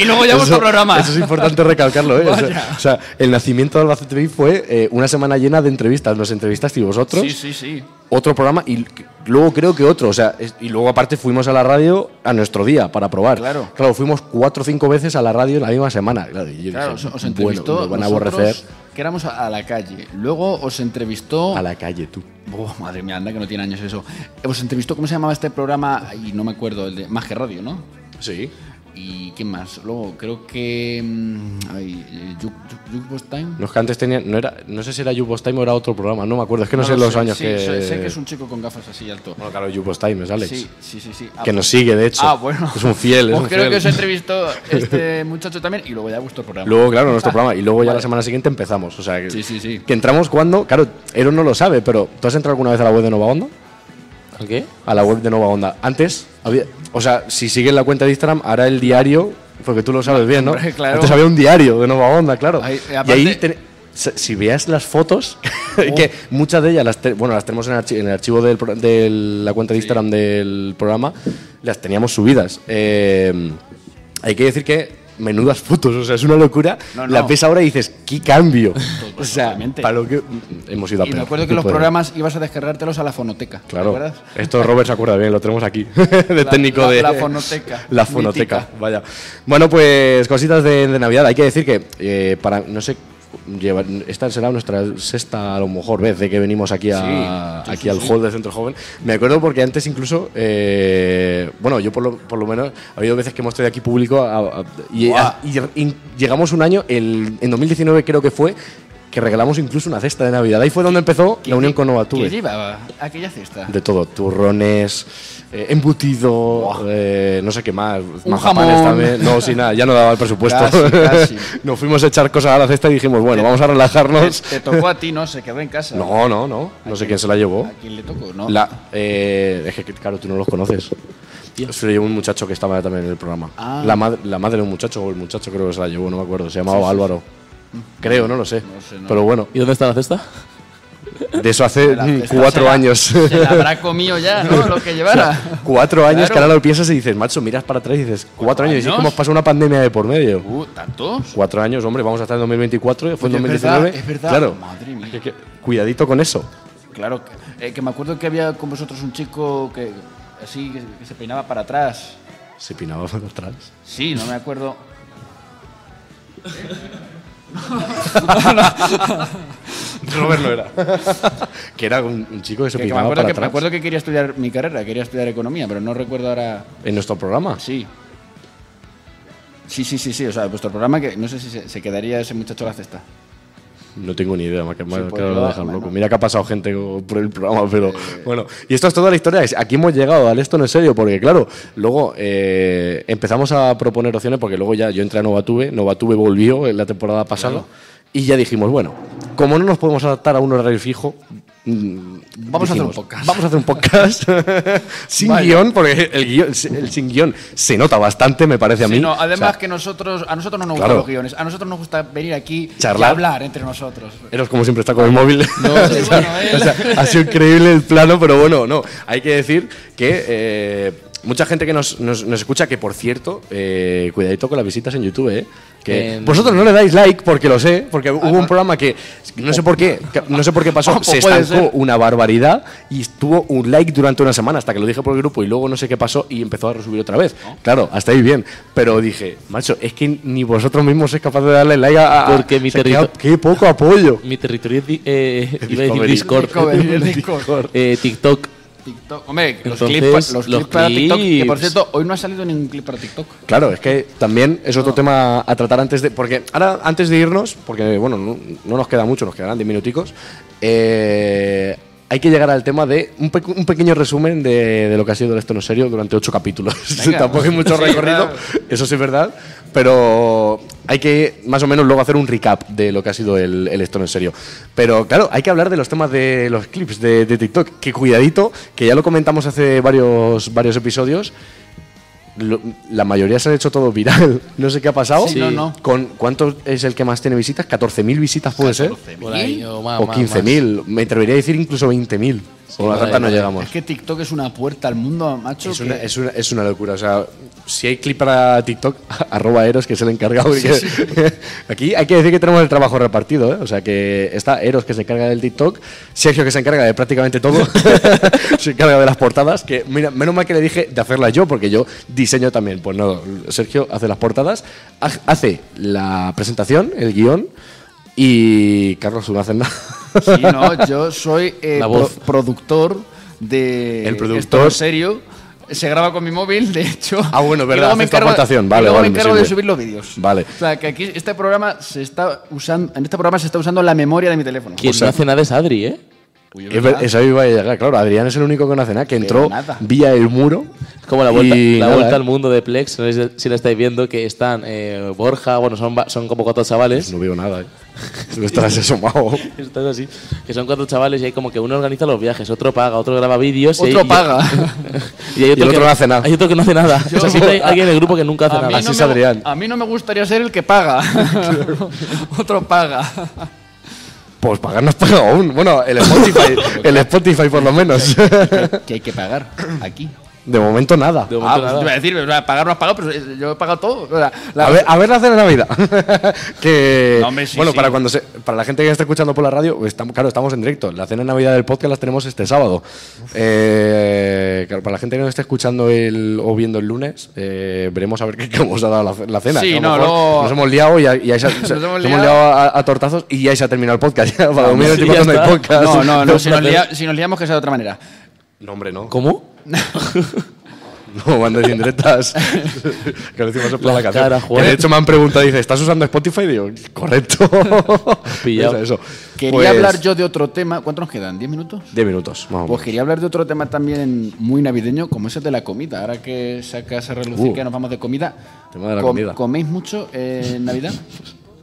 Y luego llevamos
Eso-
otro programa.
Eso es importante recalcarlo, ¿eh? O sea-
Vaya.
O sea, el nacimiento de Albacete Bay fue eh, una semana llena de entrevistas. Nos entrevistaste vosotros,
Sí, sí, sí.
otro programa y c- luego creo que otro. O sea, es- y luego aparte fuimos a la radio a nuestro día para probar.
Claro.
Claro, fuimos cuatro o cinco veces a la radio en la misma semana. Claro, y yo
Claro, os,
dije,
os
bueno,
entrevistó.
me van a
nosotros,
aborrecer
Que éramos a, a la calle. Luego os entrevistó.
a la calle tú.
Buah, madre mía, anda que no tiene años eso. Os entrevistó, ¿cómo se llamaba este programa? Y no me acuerdo, el de Más que Radio, ¿no?
Sí.
¿Y quién más? Luego creo que. mm, ay, eh, Juk- Juk- Jukebox Time.
Los que antes tenían, no, era, no sé si era Jubos Time o era otro programa, no me acuerdo, es que no, sé
lo
los años
sí,
que...
Sé, sé que es un chico con gafas así alto.
Bueno, claro, Jubos Time es Alex.
Sí, sí, sí. sí. Ah,
Que nos sigue, de hecho.
Ah, bueno.
Es un fiel, es
Pues
un
creo
fiel.
que os entrevistó este muchacho también y luego ya gustó el programa.
Luego, claro, nuestro programa. Y luego ya la semana siguiente empezamos. O sea, que,
Sí, sí, sí.
que entramos cuando. Claro, Eros no lo sabe, pero ¿tú has entrado alguna vez a la web de Nova Onda?
¿Al qué?
A la web de Nova Onda. Antes había. O sea, si sigues la cuenta de Instagram, hará el diario, porque tú lo sabes bien, ¿no?
Hombre, claro.
Antes había un diario de Nova Onda, claro.
Ahí, eh,
y ahí.
aparte-
ten- si- si veas las fotos, que muchas de ellas las, te- bueno, las tenemos en el, archi- en el archivo de la cuenta de Instagram del programa, las teníamos subidas. Eh, hay que decir que menudas fotos, o sea, es una locura.
No, no.
Las ves ahora y dices, ¿qué cambio? o sea,
totalmente.
para lo que mm, hemos ido a
Y
peor.
me acuerdo que los
Tipo de-
programas ibas a descargártelos a la fonoteca.
Claro,
¿Te acuerdas?
esto Robert se acuerda bien, lo tenemos aquí, de
La-
técnico
la-
de...
la fonoteca.
La fonoteca,
Mítica.
vaya. Bueno, pues cositas de, de Navidad. Hay que decir que, eh, para, no sé, lleva- esta será nuestra sexta, a lo mejor, vez de que venimos aquí, a,
Sí, sí,
aquí
sí,
al
sí.
hall del Centro Joven. Me acuerdo porque antes incluso, eh, bueno, yo por lo, por lo menos, ha habido veces que hemos traído aquí público a- a- y,
Guau.
a- y- y llegamos un año, el, en 2019 creo que fue, que regalamos incluso una cesta de Navidad. Ahí fue donde empezó la unión con Novatube.
¿Qué llevaba aquella cesta?
De todo, turrones, eh, embutido, eh, no sé qué más, mazapanes
jamón.
también. No, sí, nada, ya no daba el presupuesto.
Casi, casi.
Nos fuimos a echar cosas a la cesta y dijimos, bueno, vamos a relajarnos.
Te, te tocó a ti, ¿no? Se quedó en casa.
No, no, no, no sé quién se la llevó.
¿A quién le tocó? No.
La, eh, es que, claro, tú no los conoces. Se la llevó un muchacho que estaba también en el programa.
Ah.
La, mad- la madre de un muchacho, o el muchacho creo que se la llevó, no me acuerdo, se llamaba Álvaro. Creo, no lo sé.
sé, Mm. no.
Pero bueno,
¿Y dónde está la cesta?
de eso hace
La
mm,
cesta
cuatro
se la-
años.
Se la habrá comido ya, ¿no? Lo que llevara.
Cuatro años
Claro.
que ahora lo piensas y dices, macho, miras para atrás y dices, cuatro años, y es
años?
como pasado una pandemia de por medio.
Uh, ¿tantos?
Cuatro años, hombre, vamos a estar en 2024, fue en
Oye, es
2019.
verdad, es verdad.
Claro.
Madre mía.
Que- que- cuidadito con eso.
Claro, que, eh, que me acuerdo que había con vosotros un chico que así que, que se peinaba para atrás.
Se pinaba para atrás.
Sí, no me acuerdo.
Robert no era. que era un, un chico que se
Que- que me,
pinaba
acuerdo
para
que, me
atrás.
acuerdo que quería estudiar mi carrera, quería estudiar economía, pero no recuerdo ahora.
En nuestro programa.
Sí. Sí, sí, sí, sí. O sea, vuestro programa que no sé si se, se quedaría ese muchacho a la cesta.
No tengo ni idea, me ha me ha
pues
quedado
yo-
dejar
bueno.
loco. Mira que ha pasado gente co- por el programa, pero bueno. Y esto es toda la historia. Es- Aquí hemos llegado al esto en serio, porque claro, luego eh, empezamos a proponer opciones, porque luego ya yo entré a Novatube, Novatube volvió en la temporada pasada, y ya dijimos, bueno, como no nos podemos adaptar a un horario fijo, mm,
Vamos a hacer un
dijimos,
podcast.
Vamos a hacer un podcast sin
Vaya.
guión, porque el, guión- el sin guión se nota bastante, me parece a mí.
Sí, no,
O sea,
además que nosotros, a nosotros no nos gustan
Claro.
los guiones, a nosotros nos gusta venir aquí y
Charlar.
hablar entre nosotros.
Eros como siempre está con el móvil.
sí, bueno, él.
O sea, ha sido increíble el plano, pero bueno, no. Hay que decir que eh, mucha gente que nos, nos- nos escucha, que por cierto, eh, cuidadito con las visitas en YouTube, ¿eh? Que
En-
vosotros no le dais like porque lo sé,
Ah,
porque hubo un programa que no sé por qué, que no sé por qué pasó,
Pues
se
puede
estancó
ser.
una barbaridad y tuvo un like durante una semana hasta que lo dije por el grupo y luego no sé qué pasó y empezó a resubir otra vez. Claro, hasta ahí bien, pero dije, macho, es que ni vosotros mismos sois capaces de darle like a, a-
Porque mi
se queda-
territo-
qué poco apoyo.
Mi territorio es di- eh, iba a decir
Discovery.
Discord.
Discovery, el Discord.
Eh, TikTok.
TikTok. Hombre, los
Entonces,
clips, pa- los
los
clips para TikTok. Que por
clips.
cierto, hoy no ha salido ningún clip para TikTok.
Claro, es que también es otro tema a tratar antes de. Porque ahora, antes de irnos, porque bueno, no, no nos queda mucho, nos quedarán 10 minuticos. eh, hay que llegar al tema de un, pe- un pequeño resumen de, de lo que ha sido el Esto no es serio durante ocho capítulos.
Venga.
Tampoco hay mucho
Sí,
recorrido, eso sí es verdad, pero hay que más o menos luego hacer un recap de lo que ha sido el, el Esto no es serio. Pero claro, hay que hablar de los temas de los clips de, de TikTok, que cuidadito, que ya lo comentamos hace varios, varios episodios, lo- la mayoría se han hecho todo viral. No sé qué ha pasado.
Sí, no, no.
Con, ¿Cuánto es el que más tiene visitas? ¿14.000 visitas puede ser?
Por ahí, o más,
o
más,
15.000. Me atrevería a decir incluso 20.000. Por la
por ahí,
tanta no
por ahí.
llegamos.
Es que TikTok es una puerta al mundo, macho.
Es
que-
una, es, una, es una locura. O sea, si hay clip para TikTok, arroba Eros, que es el encargado. porque- Aquí hay que decir que tenemos el trabajo repartido. ¿eh? O sea, que está Eros, que se encarga del TikTok, Sergio, que se encarga de prácticamente todo, se encarga de las portadas. Que mira, menos mal que le dije de hacerlas yo, porque yo diseño también. Pues no, Sergio hace las portadas, ha- hace la presentación, el guión, y Carlos no hace nada.
Sí, no, yo soy eh,
La
pro-
voz.
productor de
El productor.
Esto no es serio. Se graba con mi móvil, de hecho.
Ah, bueno,
Y
verdad,
luego me
haces tu
encargo-
aportación.
y
Vale,
luego
vale,
me
me
encargo de
sirve.
subir los vídeos.
Vale.
O sea, que aquí este programa se está usando. En este programa se está usando la memoria de mi teléfono.
Quien no hace nada es Adri, ¿eh?
Es ver- Eso iba a llegar, claro. Adrián es el único que no hace nada, que entró
nada.
vía el muro.
Es como la vuelta,
y
la
nada,
vuelta
¿eh?
al mundo de Plex, no sé si la estáis viendo, que están eh, Borja, bueno, son, va- son como cuatro chavales.
No veo nada, ¿eh? No estás asomado.
Están así. Que son cuatro chavales y hay como que uno organiza los viajes, otro paga, otro graba vídeos. y
Otro
hay-
paga.
Y, hay
Y
otro,
el
que,
otro no hace nada.
Hay otro que no hace nada. O sea, siempre hay alguien en el grupo que nunca hace
A mí
nada.
no
es
me gu-
Adrián.
A mí no me gustaría ser el que paga. Otro paga.
Pues pagar no has pagado aún. Bueno, el Spotify, el Spotify por lo menos.
que hay que pagar aquí.
De momento nada.
De momento
Ah, pues
nada.
te iba a decir, o sea, pagar no has pagado, pero eh, yo he pagado todo. O sea, la-
A ver, a ver la cena de Navidad. que,
No, hombre, sí,
bueno,
sí.
Para, cuando se- para la gente que está escuchando por la radio, pues, estamos, claro, estamos en directo. La cena de Navidad del podcast las tenemos este sábado. Eh, claro, para la gente que nos está escuchando el, o viendo el lunes, eh, veremos a ver qué hemos dado la, ce- la cena.
Sí,
que a lo
no,
mejor
luego-
Nos hemos liado y, ahí- y ahí se- se-
Nos
nos
hemos
hemos
liado.
liado a, a tortazos y ya se ha terminado el podcast. Ya, para domingo
sí, ya
24 no hay
está.
podcast.
No, no, no. Si nos, lia- si nos liamos, que sea de otra manera.
No, hombre, no.
¿Cómo?
No, bandas indirectas. que lo decimos en plan
Las
la canción.
caras,
Que
Juan.
de hecho me han preguntado, dice, ¿estás usando Spotify? Y digo, correcto.
Pillado.
Eso, eso.
Quería
Pues,
hablar yo de otro tema. ¿Cuánto nos quedan? ¿10 minutos?
10 minutos, más o
Pues
menos.
quería hablar de otro tema también muy navideño, como ese de la comida. Ahora que sacas a relucir
Uh.
que nos vamos de comida.
Tema de la comida.
¿Coméis mucho eh, en Navidad?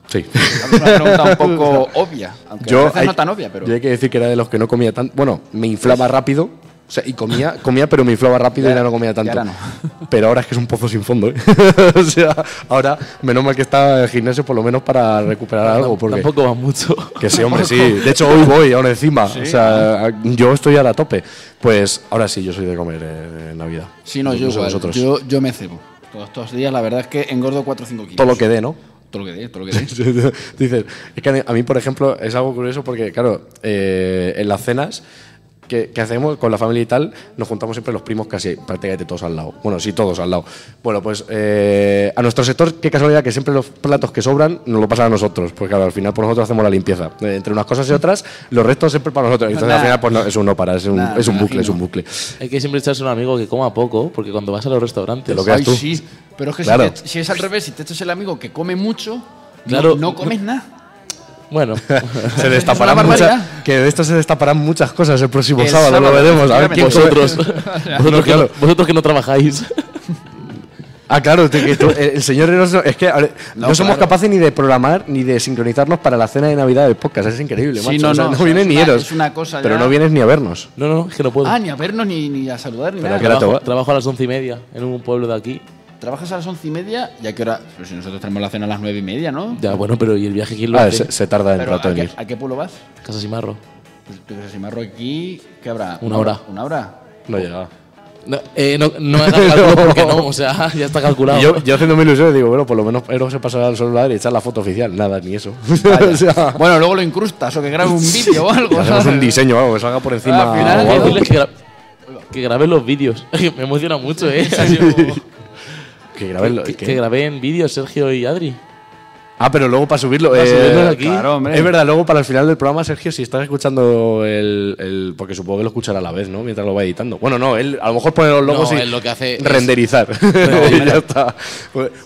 Sí.
Es una pregunta un poco obvia, aunque a veces no tan obvia, pero... Pues-
yo hay que decir que era de los que no comía tanto. Bueno, me inflaba rápido. O sea, y comía, comía, pero me inflaba rápido
Ya,
y ya no comía
ya
tanto.
ahora no.
Pero ahora es que es un pozo sin fondo, ¿eh? o sea, ahora, menos mal que está el gimnasio por lo menos para recuperar algo. Porque
Tampoco va mucho.
Que sí, hombre, sí. De hecho, hoy voy, ahora encima. O sea, yo estoy a la tope. Pues ahora sí, yo soy de comer eh, en Navidad.
Sí, no, yo
Incluso
igual.
vosotros.
Yo, yo me cebo. Todos estos días, la verdad es que engordo 4 o 5 kilos.
Todo lo que dé, ¿no?
Todo lo que dé, todo lo que dé.
Dices, es que a mí, por ejemplo, es algo curioso porque, claro, eh, en las cenas que, que hacemos con la familia y tal, nos juntamos siempre los primos casi prácticamente todos al lado. Bueno, sí, todos al lado. Bueno, pues eh, a nuestro sector, qué casualidad que siempre los platos que sobran nos lo pasan a nosotros, porque claro, al final por nosotros hacemos la limpieza. Eh, entre unas cosas y otras, los restos siempre para nosotros. Entonces
Nah.
al final, pues no, es un no para, es un,
Nah,
es un
me
bucle, es un
imagino.
bucle.
Hay que siempre echarse un amigo que coma poco, porque cuando vas a los restaurantes.
Lo que- quedas
Ay,
tú.
sí. Pero es que si
Claro.
te- si, es al revés, si te echas el amigo que come mucho, no-
Claro.
no comes nada.
Bueno,
Se
Es
destaparán
una
muchas,
barbaridad.
que de esto se destaparán muchas cosas el próximo
El
sábado, lo
sábado,
veremos. A ver quién come.
vosotros. vosotros, que no,
claro.
vosotros que no trabajáis.
Ah, claro, te- que tú- el, el señor Eros- es que a ver, no, somos capaces ni de programar ni de sincronizarnos para la cena de Navidad del podcast, es increíble,
Sí,
macho.
no,
o sea,
no, o sea,
viene
es
ni
una-
Eros,
es una cosa
pero
ya-
no vienes ni a vernos.
No, no, no, es que no puedo.
Ah, ni a vernos, ni, ni a saludar, ni
Pero
nada.
que ahora te
trabajo,
va-
trabajo a las once y media en un pueblo de aquí.
Trabajas a las once y media, ya que ahora. Pero si nosotros tenemos la cena a las nueve y media, ¿no?
Ya, bueno, pero ¿y el viaje quién lo
A ver,
hace?
se, se Ah, tarda en
Pero, ¿a,
rato en
qué,
ir.
a qué pueblo vas?
Casa Simarro.
Pues yo que sé, si me arro aquí, ¿qué habrá?
Una hora.
¿Una hora?
No llegaba.
No, eh, no, no hagas cálculo porque no, o sea, ya está calculado.
Y yo, yo haciendo mi ilusión digo, bueno, por lo menos Eros se pasará al celular y echar la foto oficial. Nada, ni eso. o sea,
Bueno, luego lo incrustas o que grabe un vídeo o algo.
hacemos
¿sabes?
un diseño o algo que salga por encima.
Al final,
o
Hay que
algo.
decirles que, gra- que graben los vídeos. Me emociona mucho, ¿eh? Así como-
Que grabenlo.
que,
¿qué?
que grabé en vídeo Sergio y Adri.
Ah, pero luego para subirlo. eh,
subirlo aquí.
Claro, hombre.
Es verdad, luego para el final del programa, Sergio, si estás escuchando el, el- Porque supongo que lo escuchará a la vez, ¿no? Mientras lo va editando. Bueno, no, él a lo mejor pone los logos
No,
y.
él lo que hace es-
Renderizar. Y ya está.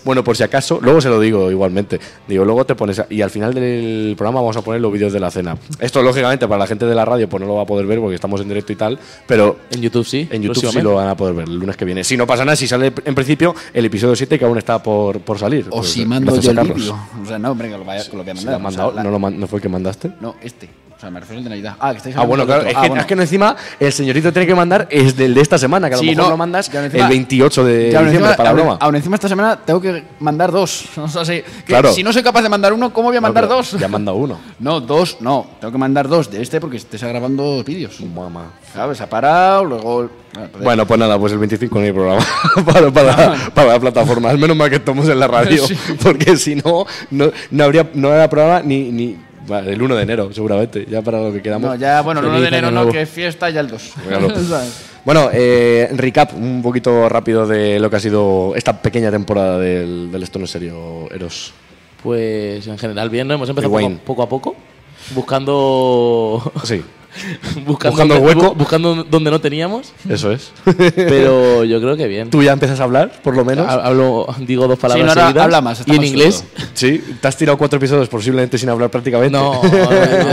Bueno, por si acaso, luego se lo digo igualmente. Digo, luego te pones. a- y al final del programa vamos a poner los vídeos de la cena. Esto, lógicamente, para la gente de la radio, pues no lo va a poder ver porque estamos en directo y tal. Pero
En YouTube sí.
en YouTube sí
próximamente.
lo van a poder ver el lunes que viene. Si no pasa nada, si sale en principio el episodio 7 que aún está por, por salir.
O
Pues,
si mando
gracias
yo
a
el
Carlos.
vídeo. O sea, no, hombre, que lo, vaya, que lo voy a
Se
mandar.
la ha mandado,
O sea, la-
¿no, lo man- ¿No fue el que mandaste?
no, este. O sea, me refiero al de Navidad. Ah, que estáis
Ah, bueno,
hablando
claro.
del
Es
otro.
que,
Ah, bueno.
es que no encima el señorito tiene que mandar es del de esta semana, que a lo
Sí,
mejor
no,
lo mandas
ya encima-
el 28 de
Ya, aún
diciembre,
encima-
para la
aún-
broma.
Aún encima esta semana tengo que mandar dos. O sea, sí, que
Claro.
Si no soy capaz de mandar uno, ¿cómo voy a
No,
mandar
pero
dos?
Ya ha mandado uno.
No, dos, no. Tengo que mandar dos de este porque estés grabando vídeos.
Mamá.
¿Sabes? Ha parado, luego. Ah, pues-
Bueno, pues nada, pues el 25 no hay programa para,
Ah.
para, para la plataforma. Al menos mal que estamos en la radio, porque si no, no, no habría no habrá programa ni, ni bueno, el 1 de enero, seguramente, ya para lo que quedamos.
No, ya, bueno, el 1 de
Feliz
enero
año
no,
nuevo.
que es fiesta, ya el 2.
Claro. Bueno, eh, recap un poquito rápido de lo que ha sido esta pequeña temporada del, del Esto no es serio, Eros.
Pues en general bien, ¿no? Hemos empezado poco,
Rewind.
poco a poco, buscando
Sí. Buscando el hueco.
bu- buscando donde no teníamos.
Eso es.
Pero yo creo que bien.
¿Tú ya empiezas a hablar, por lo menos?
Ha- Hablo, digo dos palabras
no, ahora
seguidas.
habla más, está
y en
más
inglés.
suelto.
Sí, te has tirado cuatro episodios posiblemente sin hablar prácticamente.
No, no,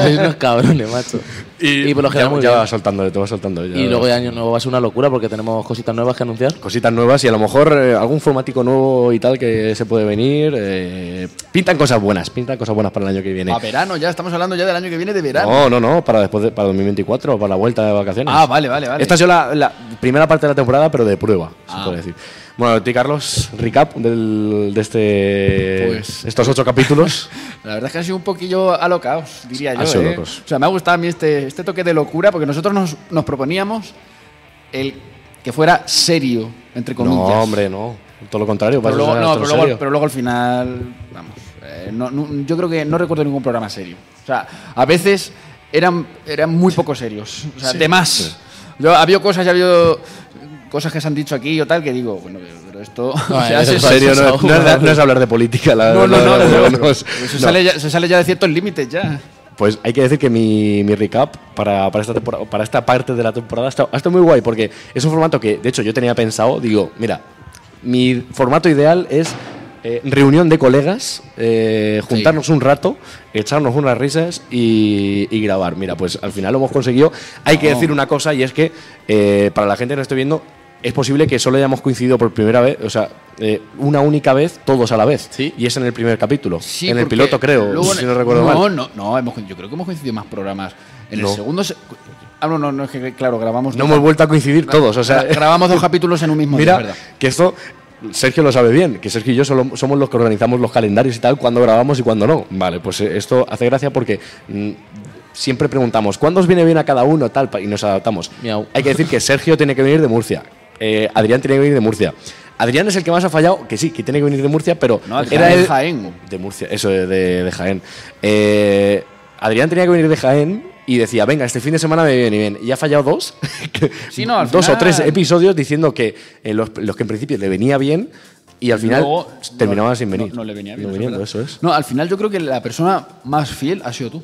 sois unos cabrones, macho.
Y,
por lo general
ya,
muy
ya
bien.
vas soltando, te vas soltando. ya
Y luego
vas.
de año nuevo va a ser una locura porque tenemos cositas nuevas que anunciar.
Cositas nuevas y a lo mejor eh, algún formático nuevo y tal que se puede venir. eh, pintan cosas buenas, pintan cosas buenas para el año que viene.
A verano ya, estamos hablando ya del año que viene de verano.
No, no, no, para después de- para 2024, para la vuelta de vacaciones.
Ah, vale, vale, vale.
Esta ha sido la, la primera parte de la temporada, pero de prueba, se
Ah.
puede decir. Bueno, ti Carlos, recap del- de este,
Pues-
estos ocho capítulos.
La verdad es que han sido un poquillo alocados, diría
Han
yo.
sido
¿eh?
locos.
O sea, me ha gustado a mí este, este toque de locura porque nosotros nos, nos proponíamos el que fuera serio, entre comillas.
No, hombre, no. Todo lo contrario.
Pero
vas a
luego,
ser
no,
hasta
pero,
lo
luego,
serio.
pero luego al final, vamos, eh, no- no- yo creo que no recuerdo ningún programa serio. O sea, a veces eran, eran muy poco serios, o sea, de más. Yo, ha habido cosas, ya ha habido cosas que se han dicho aquí o tal que digo, bueno, pero esto...
No,
o sea,
eso
se-
es
En serio, no,
Eso es
no es,
algo-
no es hablar de política. La,
no,
la-
no, no,
la-
no,
la-
no.
no.
Se sale ya- se sale ya de ciertos límites ya.
Pues hay que decir que mi, mi recap para, para esta temporada, para esta parte de la temporada ha estado, ha estado muy guay porque es un formato que, de hecho, yo tenía pensado. Digo, mira, mi formato ideal es eh, reunión de colegas, eh, juntarnos un rato, echarnos unas risas y, y grabar. Mira, pues al final lo hemos conseguido. Hay
Oh.
que decir una cosa y es que eh, para la gente que no esté viendo. Es posible que solo hayamos coincidido por primera vez, o sea, eh, una única vez, todos a la vez.
Sí.
Y es en el primer capítulo.
Sí,
en el
porque
piloto, creo,
luego en
si
el-
no recuerdo
no,
mal.
No, no, hemos coincidido- yo creo que hemos coincidido en más programas. En
No.
el segundo. se- ah, no, no, no, es que, claro, grabamos.
No
dos-
hemos vuelto a coincidir todos, o sea,
gra- grabamos dos capítulos en un mismo día,
mira
¿verdad?
que esto Sergio lo sabe bien, que Sergio y yo solo- somos los que organizamos los calendarios y tal, cuando grabamos y cuando no. Vale, pues eh, esto hace gracia porque mm, siempre preguntamos, ¿cuándo os viene bien a cada uno tal? pa- Y nos adaptamos.
Miau.
Hay que decir que Sergio tiene que venir de Murcia, eh, Adrián tiene que venir de Murcia. Adrián es el que más ha fallado, que sí, que tiene que venir de Murcia, pero
No,
era
el
el,
Jaén.
de Murcia, eso de, de- de Jaén. Eh, Adrián tenía que venir de Jaén y decía, venga, este fin de semana me viene bien. Y ha fallado dos,
Sí, no, al
dos o
final-
tres episodios diciendo que eh, los, los que en principio le venía bien y al final
Luego,
terminaban
no-
sin venir.
No, no le venía bien. es
No viniendo,
verdad.
eso es.
No, al final yo creo que la persona más fiel ha sido tú.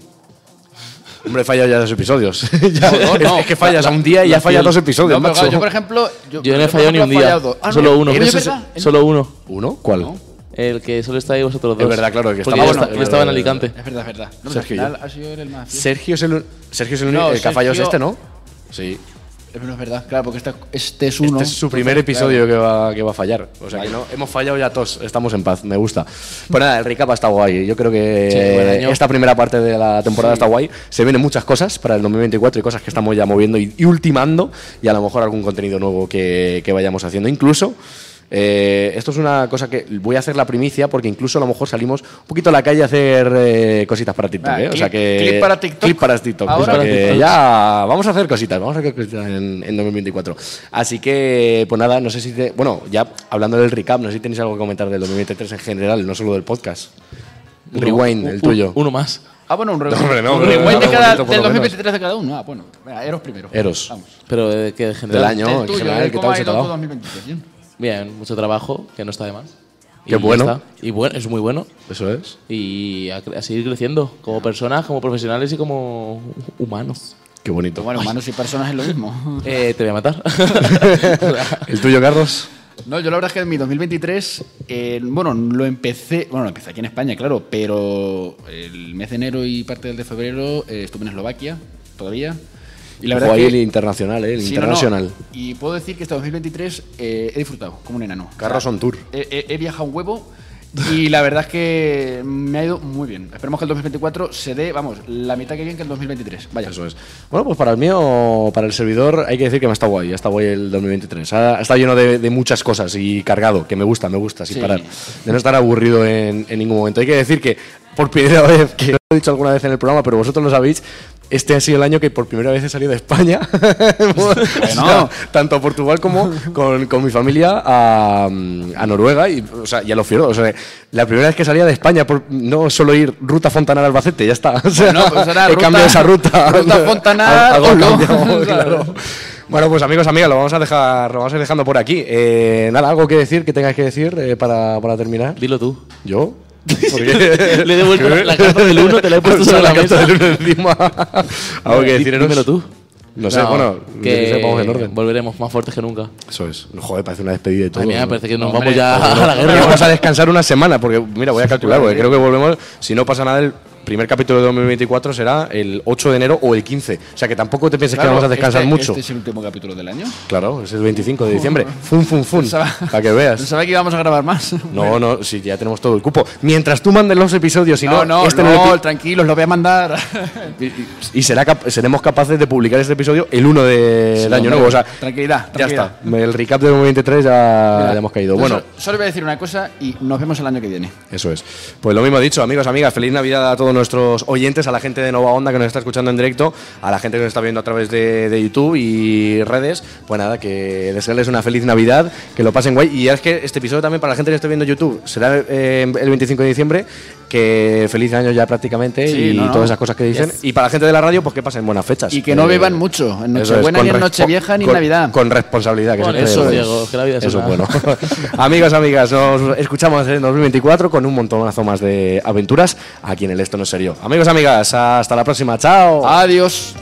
Hombre, he fallado ya dos episodios. Ya,
No, no,
es que fallas
la-
un día y
la
ya fallas
fiel-
dos
No,
episodios,
pero
macho.
claro, yo, por ejemplo. Yo,
Yo no he
por
fallado ni
ejemplo,
un día.
fallado dos. Ah, no,
solo uno.
¿eres
Solo-
verdad?
Solo uno.
¿Uno? ¿Cuál?
El que solo estáis vosotros dos.
Es verdad, claro,
Porque
que estaba-
yo,
bueno,
esta- yo estaba en Alicante.
Es verdad, es verdad. No, pero al
Sergio y yo.
final ha sido él el más fiel.
Sergio es el, Sergio es el único
No,
el que ha fallado es
Sergio-
este, ¿no? Sí.
Eh, pero es verdad, claro, porque este, este es uno.
Este es su primer episodio que va, que va a fallar. O sea que no, hemos fallado ya todos, estamos en paz, me gusta. Pues nada, el recap ha estado guay. Yo creo que
Sí, buen año.
esta primera parte de la temporada está guay. Se vienen muchas cosas para el 2024 y cosas que estamos ya moviendo y, y ultimando. Y a lo mejor algún contenido nuevo que, que vayamos haciendo. Incluso. eh, esto es una cosa que voy a hacer la primicia porque incluso a lo mejor salimos un poquito a la calle a hacer eh, cositas para TikTok.
Ah,
¿eh? o sea
clip-
que
clip para TikTok.
clip para TikTok.
Ahora.
O sea
Para
que
TikTok.
ya Ah, vamos a hacer cositas, vamos a hacer cositas en, en 2024. Así que, pues nada, no sé si. te- bueno, ya hablando del recap, no sé si tenéis algo que comentar del 2023 en general, no solo del podcast.
Uno-
Rewind, el
u-
tuyo.
Uno más.
Ah, bueno, un re-
No, hombre, no,
un
pero-
rewind de
no,
cada,
bonito, por
del
lo menos.
2023 de cada uno. Ah, bueno, venga, Eros primero.
Eros.
Vamos.
Pero eh, que de
Del
general.
año,
El
en
tuyo,
general,
¿eh?
¿qué
¿Cómo
tal
ha
se
ido
te va?
tu 2023?
Bien, mucho trabajo, que no está de más.
Qué
Y ya
bueno.
está. Y bueno, es muy bueno.
Eso es.
Y a, cre- a seguir creciendo como personas, como profesionales y como humanos.
Qué bonito.
Bueno, humanos y personas es lo mismo.
Eh, te voy a matar.
¿El tuyo, Carlos?
No, yo la verdad es que en mi 2023, eh, bueno, lo empecé, bueno, lo empecé aquí en España, claro, pero el mes de enero y parte del de febrero eh, estuve en Eslovaquia todavía. Y la verdad
Ojo, ahí
es
el
que,
internacional, ¿eh? El
sí, no, no.
internacional.
Y puedo decir que este 2023 eh, he disfrutado como un enano.
Carlos on tour.
He, he- he viajado un huevo y la verdad es que me ha ido muy bien. Esperemos que el 2024 se dé, vamos, la mitad que bien que el 2023. Vaya.
Eso es. Bueno, pues para el mío, para el servidor, hay que decir que me está guay. Está guay el 2023. Ha, está lleno de, de muchas cosas y cargado, que me gusta, me gusta, sin
Sí.
parar. De no estar aburrido en, en ningún momento. Hay que decir que, por primera vez, que lo he dicho alguna vez en el programa, pero vosotros lo sabéis, este ha sido el año que por primera vez he salido de España. O sea,
Bueno.
tanto a Portugal como con, con mi familia a, mm, a Noruega y, o sea, y a los fieros. O sea, la primera vez que salía de España, por no solo ir ruta Fontanar-Albacete, ya está. O sea,
Bueno, pues era
he
ruta-
cambiado esa ruta.
ruta Fontanar,
Algo ha
o no.
cambiado, claro. Bueno, pues amigos, amigas, lo vamos a dejar, lo vamos a ir dejando por aquí. Eh, nada, algo que decir, que tengas que decir eh, para, para terminar.
Dilo tú.
Yo,
Le he devuelto la, la carta del 1, te la he puesto sobre la mesa.
del uno encima. Algo que
Dí-
deciros.
Eh, Dímelo tú.
No sé, bueno,
que
que vamos en orden.
Volveremos más fuertes que nunca.
Eso es. Joder, parece una despedida y todo.
Ay, mira,
¿no?
parece que nos
Hombre,
vamos ya a la
Ahora vamos
guerra.
a descansar una semana, porque mira, voy a calcular, porque creo que volvemos, si no pasa nada, el primer capítulo de 2024 será el 8 de enero o el 15. O sea que tampoco te pienses que vamos a descansar
este,
mucho.
Este es el último capítulo del año.
Claro, es el 25 de diciembre. Fun, fun, fun.
Pensaba-
Para que veas.
Pensaba que íbamos a grabar más.
No, no, si ya tenemos todo el cupo. Mientras tú mandes los episodios, si no,
no, no,
este
no,
no lo pi-
tranquilos, los voy a mandar.
y será cap- seremos capaces de publicar este episodio el 1 de del año
hombre,
Eh, nuevo. O sea,
tranquilidad,
ya
tranquilidad.
está. El recap de 2023 ya, ya hemos caído.
Entonces,
Bueno,
so- Solo voy a decir una cosa y nos vemos el año que viene.
Eso es. Pues lo mismo dicho, amigos, amigas, feliz Navidad a todos nuestros oyentes, a la gente de Nova Onda que nos está escuchando en directo, a la gente que nos está viendo a través de, de YouTube y redes. Pues nada, que desearles una feliz Navidad, que lo pasen guay. Y es que este episodio también para la gente que esté viendo en YouTube será eh, el 25 de diciembre, que feliz año ya prácticamente
Sí,
y
no, no.
todas esas cosas que dicen. Y para la gente de la radio, pues que pasen buenas fechas. Eh,
Y que no beban mucho, en
eso
Nochebuena
con
ni en
respo-
Nochevieja ni en
con-
Navidad.
Con responsabilidad, que
Con
siempre
eso,
lo
Diego,
digo.
que la vida es
Eso es
una.
bueno. Amigas, amigas, nos escuchamos en 2024 con un montonazo más Oh. de aventuras aquí en el Esto No es Serio. Amigos, amigas, hasta la próxima. Chao.
Adiós.